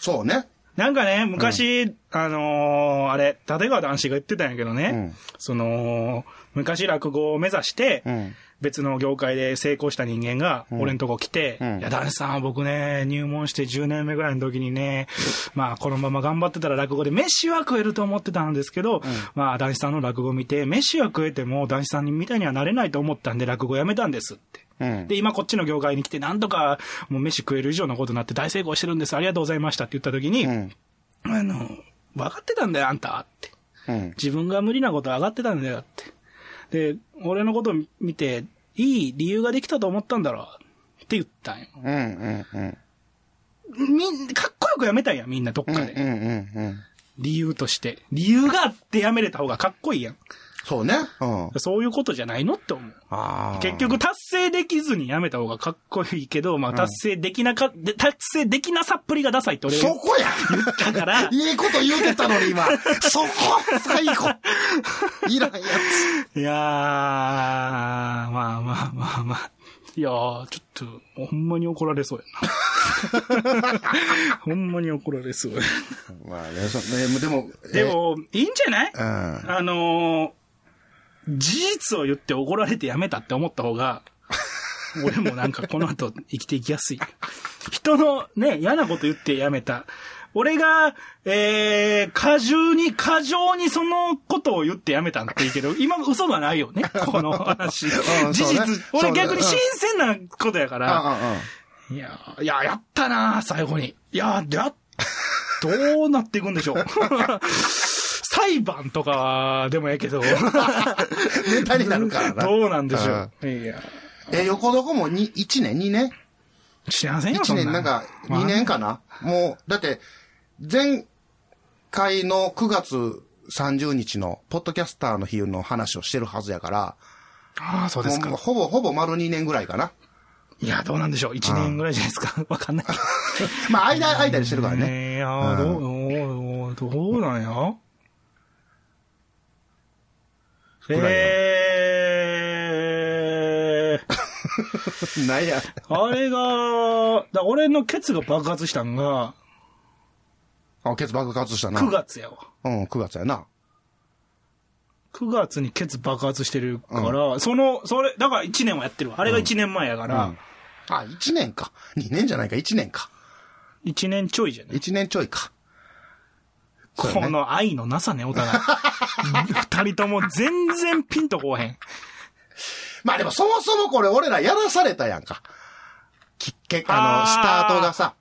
[SPEAKER 2] そうね。
[SPEAKER 3] なんかね、昔、あのーあれ、立川談志が言ってたんやけどね、
[SPEAKER 2] うん
[SPEAKER 3] その、昔落語を目指して、
[SPEAKER 2] うん
[SPEAKER 3] 別の業界で成功した人間が、俺のとこ来て、
[SPEAKER 2] うん
[SPEAKER 3] いや、談志さん、僕ね、入門して10年目ぐらいの時にね、まあ、このまま頑張ってたら落語で飯は食えると思ってたんですけど、まあ、談志さんの落語見て、飯は食えても、談志さんみたいにはなれないと思ったんで、落語やめたんですって。
[SPEAKER 2] うん。
[SPEAKER 3] で、今こっちの業界に来て、なんとか、もう飯食える以上のことになって大成功してるんです、ありがとうございましたって言った時に、
[SPEAKER 2] うん。
[SPEAKER 3] あの、分かってたんだよ、あんたって。
[SPEAKER 2] うん。
[SPEAKER 3] 自分が無理なこと上がってたんだよって。で、俺のこと見て、いい理由ができたと思ったんだろうって言ったんよ。
[SPEAKER 2] うん。うん。うん。
[SPEAKER 3] みん、かっこよくやめたんや、みんなどっか
[SPEAKER 2] う
[SPEAKER 3] で。
[SPEAKER 2] ん。うん。
[SPEAKER 3] 理由として。理由があってやめれた方がかっこいいやん。
[SPEAKER 2] そうね。うん。
[SPEAKER 3] そういうことじゃないのって思う。
[SPEAKER 2] ああ。
[SPEAKER 3] 結。局達成できずにやめた方がかっこいいけど、まあ達成できなか、で達成できなさっぷりがダサいって俺
[SPEAKER 2] そ
[SPEAKER 3] は
[SPEAKER 2] こや
[SPEAKER 3] 言ったから、
[SPEAKER 2] いいこと言うてたのに今。そこ最後いらんや
[SPEAKER 3] いやー、まあまあまあまあ。いやー、ちょっと、ほんまに怒られそうやな。ほんまに怒られそうや。
[SPEAKER 2] つ。まあ、いやそねでも、え
[SPEAKER 3] で、も、いいんじゃない
[SPEAKER 2] うん。
[SPEAKER 3] あのー事実を言って怒られてやめたって思った方が、 俺もなんかこの後生きていきやすい。人のね、嫌なこと言ってやめた。俺が、えー、過重に、過剰にそのことを言ってやめたんっていいけど、今嘘がないよね、この話。
[SPEAKER 2] ん
[SPEAKER 3] 事
[SPEAKER 2] そうね
[SPEAKER 3] 実、
[SPEAKER 2] そうね
[SPEAKER 3] 俺逆に新鮮なことやか
[SPEAKER 2] あ
[SPEAKER 3] ら、
[SPEAKER 2] あ、
[SPEAKER 3] いやー、いや、やったなー最後に。いやー、でや、どうなっていくんでしょ う。裁判とかでもええけど、
[SPEAKER 2] あネタになるからな。
[SPEAKER 3] どうなんでしょう。いや、
[SPEAKER 2] え、横どこもに1年、2年
[SPEAKER 3] 知りませんよ、
[SPEAKER 2] 1
[SPEAKER 3] そん
[SPEAKER 2] 年なんか、
[SPEAKER 3] まあ
[SPEAKER 2] 2年かなもう、だって、前回の9月30日の、ポッドキャスターの日の話をしてるはずやから、
[SPEAKER 3] ああ、そうです
[SPEAKER 2] もう
[SPEAKER 3] か。
[SPEAKER 2] ほぼ、ほぼ丸2年ぐらいかな。
[SPEAKER 3] いや、どうなんでしょう。1年ぐらいじゃないですか。 わかんないけど。
[SPEAKER 2] まあ、間、間にしてるからね。
[SPEAKER 3] いやー、どう、どう、どうなんや
[SPEAKER 2] らいや
[SPEAKER 3] えー。
[SPEAKER 2] なんや。
[SPEAKER 3] あれが、だ俺のケツが爆発したんが、
[SPEAKER 2] あ、ケツ爆発したな。
[SPEAKER 3] 9。月やわ。
[SPEAKER 2] うん、9月やな。
[SPEAKER 3] 9月にケツ爆発してるから、その、それ、だから1年はやってるわ。あれが1年前やから、
[SPEAKER 2] あ、1年か。2年じゃないか、1年か。
[SPEAKER 3] 1年ちょいじゃない、
[SPEAKER 2] 1年ちょいか。そうやね
[SPEAKER 3] この愛のなさね、お互い。二人とも全然ピンとこうへん。
[SPEAKER 2] まあでもそもそもこれ俺らやらされたやんか。きっけ、あ
[SPEAKER 3] あ
[SPEAKER 2] の、
[SPEAKER 3] ー
[SPEAKER 2] スタートがさ。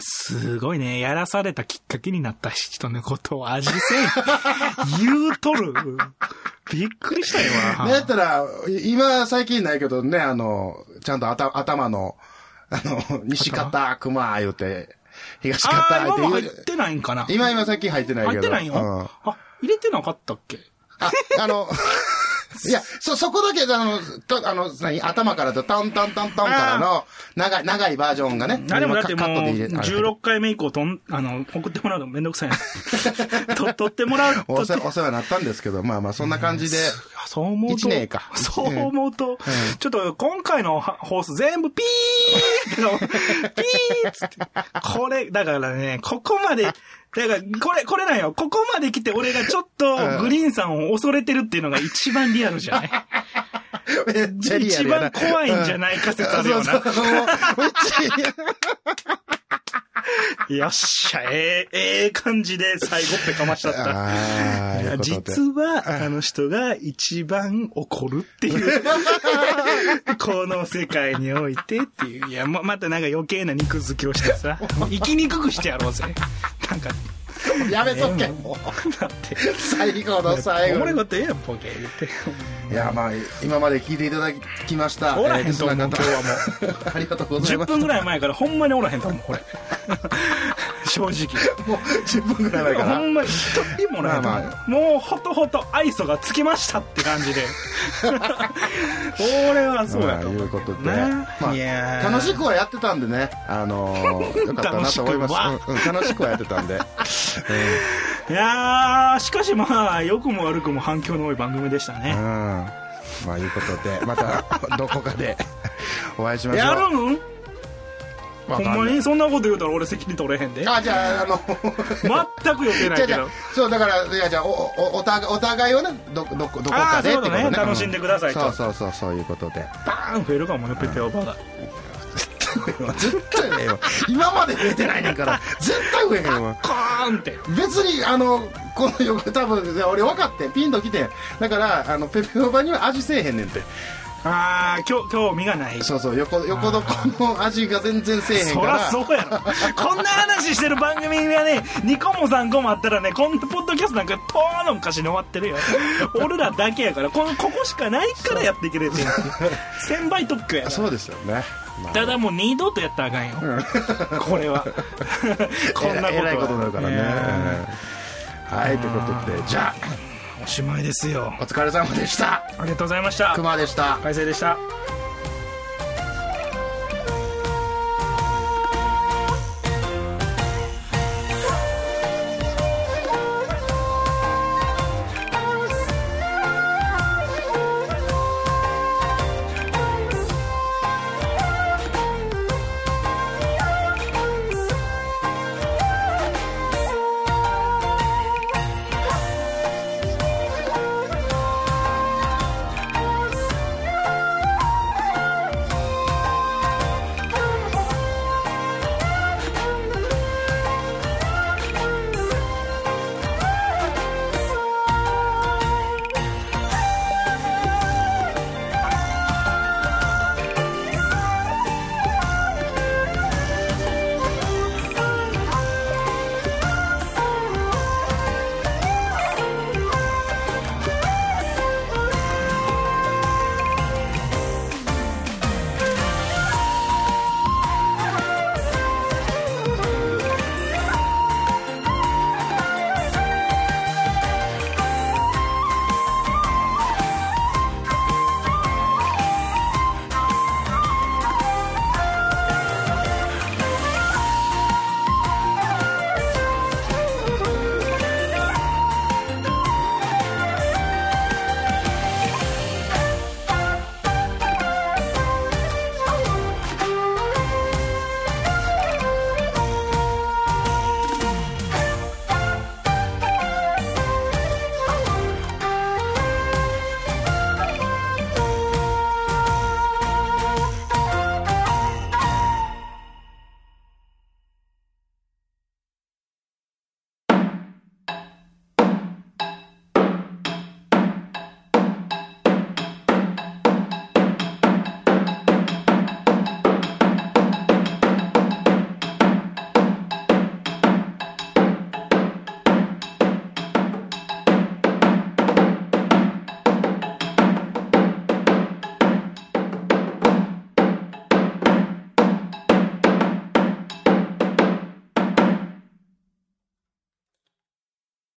[SPEAKER 3] すごいね。やらされたきっかけになった人のことを味せん。 言うとる。びっくりしたよ
[SPEAKER 2] ね、やっ。たら、い今最近ないけどね、あの、ちゃんと頭頭の、あの、西方熊言うて、東
[SPEAKER 3] あー、
[SPEAKER 2] 方
[SPEAKER 3] 今
[SPEAKER 2] 言
[SPEAKER 3] も
[SPEAKER 2] うて
[SPEAKER 3] 入っ
[SPEAKER 2] 言う。
[SPEAKER 3] てないんかな。
[SPEAKER 2] 今今最近入ってないけど。
[SPEAKER 3] 入ってないよ。
[SPEAKER 2] うんあ、
[SPEAKER 3] あ、入れてなかったっけ
[SPEAKER 2] あ の、いや、そ、そこだけ、あの、とあの、何、頭からと、タンタンタンタンからの、長い、長いバージョンがね。
[SPEAKER 3] あ、でもだってもう、
[SPEAKER 2] 今カカットで入れあれ
[SPEAKER 3] 16回目以降とん、あの、送ってもらうのめんどくさい な。と、取ってもらう。
[SPEAKER 2] お世
[SPEAKER 3] 取って
[SPEAKER 2] お世話になったんですけど、まあまあ、そんな感じで。
[SPEAKER 3] そう思うと。
[SPEAKER 2] 一年 か
[SPEAKER 3] そう思うと、ちょっと今回の放送全部ピーっての、 ピーっつって。これ、だからね、ここまで、だから、これ、これなんよ。ここまで来て俺がちょっとグリーンさんを恐れてるっていうのが一番リアル じゃない
[SPEAKER 2] めっちゃリア
[SPEAKER 3] 一
[SPEAKER 2] ルやな
[SPEAKER 3] 番怖いんじゃないか説あるよ
[SPEAKER 2] そう
[SPEAKER 3] な。
[SPEAKER 2] そうそうもうめっ ちゃ
[SPEAKER 3] よっしゃ、ええ、ええ感じで最後ってかましちゃった。
[SPEAKER 2] あーいうことで
[SPEAKER 3] 実は、あの人が一番怒るっ ていう、この世界においてっていう。いや、ま、またなんか余計な肉付きをしてさ、もう生きにくくしてやろうぜ。なんか、
[SPEAKER 2] やめとけ、 も
[SPEAKER 3] だって。
[SPEAKER 2] う。最後の最後
[SPEAKER 3] 俺
[SPEAKER 2] に。
[SPEAKER 3] だってええやん、ポケ言って。
[SPEAKER 2] いや、まあ、今まで聞いていただきました。
[SPEAKER 3] おらへん
[SPEAKER 2] ーリスナーの方
[SPEAKER 3] と思う
[SPEAKER 2] はもう。ありがとうござい
[SPEAKER 3] 10
[SPEAKER 2] ます。
[SPEAKER 3] 分ぐらい前からほんまにおらへんと思う、これ。正直。
[SPEAKER 2] もう10分ぐらい前か
[SPEAKER 3] ほ
[SPEAKER 2] な。
[SPEAKER 3] んま一人もおらへんと思う
[SPEAKER 2] まあま
[SPEAKER 3] もうほとほと愛想がつきましたって感 じで。俺はそうや
[SPEAKER 2] まあ
[SPEAKER 3] と
[SPEAKER 2] い
[SPEAKER 3] 思う。
[SPEAKER 2] うことで、
[SPEAKER 3] ね
[SPEAKER 2] まあ
[SPEAKER 3] いやー
[SPEAKER 2] 楽しくはやってたんでね、あの ー、よかったなと思います。
[SPEAKER 3] 楽し
[SPEAKER 2] うんうん楽しくはやってたんで。
[SPEAKER 3] いやー、しかしまあ、良くも悪くも反響の多い番組でした
[SPEAKER 2] うん。
[SPEAKER 3] ね。
[SPEAKER 2] ま あ、いうことで、また、どこかでお会いしましょう。
[SPEAKER 3] やるん
[SPEAKER 2] わ
[SPEAKER 3] ほ
[SPEAKER 2] かん
[SPEAKER 3] ん
[SPEAKER 2] ない
[SPEAKER 3] まにそんなこと言うたら俺責任取れへんで
[SPEAKER 2] あ、じゃあ、あの、
[SPEAKER 3] 全く予定 ない
[SPEAKER 2] じゃ
[SPEAKER 3] け
[SPEAKER 2] じゃ
[SPEAKER 3] ど
[SPEAKER 2] そう、だから、いや、じゃあ、お、お、お互い、お互いをね、ど、ど、どこかでってこと
[SPEAKER 3] あーそういう
[SPEAKER 2] ね。
[SPEAKER 3] ことね楽しんでくださいと
[SPEAKER 2] そうそうそう、そういうことで。
[SPEAKER 3] バーン増えるかもよペペオーバーが
[SPEAKER 2] 絶対ねえよ。今まで増えてないねんから、絶対増えへんよ。
[SPEAKER 3] コーンって
[SPEAKER 2] 別にあのこの横多分いや俺分かってんピンときてんだからあのペペオバには味せえへんねんって
[SPEAKER 3] ああ興興味がないそ
[SPEAKER 2] そうそう横横床の味が全然せえへんから
[SPEAKER 3] らそうやろこんな話してる番組がね2個も3個もあったらねこんなポッドキャストなんかポーンの昔に終わってるよ俺らだけやからこのここしかないからやっていけるん先輩特許やから
[SPEAKER 2] そうですよね、まあ
[SPEAKER 3] ただもう二度とやったらあかんよこれはこんなこと は
[SPEAKER 2] えらいことになるからね、
[SPEAKER 3] え
[SPEAKER 2] はいということでじゃあ
[SPEAKER 3] ーおしまいですよ
[SPEAKER 2] お疲れ様でした
[SPEAKER 3] ありがとうございました
[SPEAKER 2] 熊でした
[SPEAKER 3] 海星でした
[SPEAKER 2] 「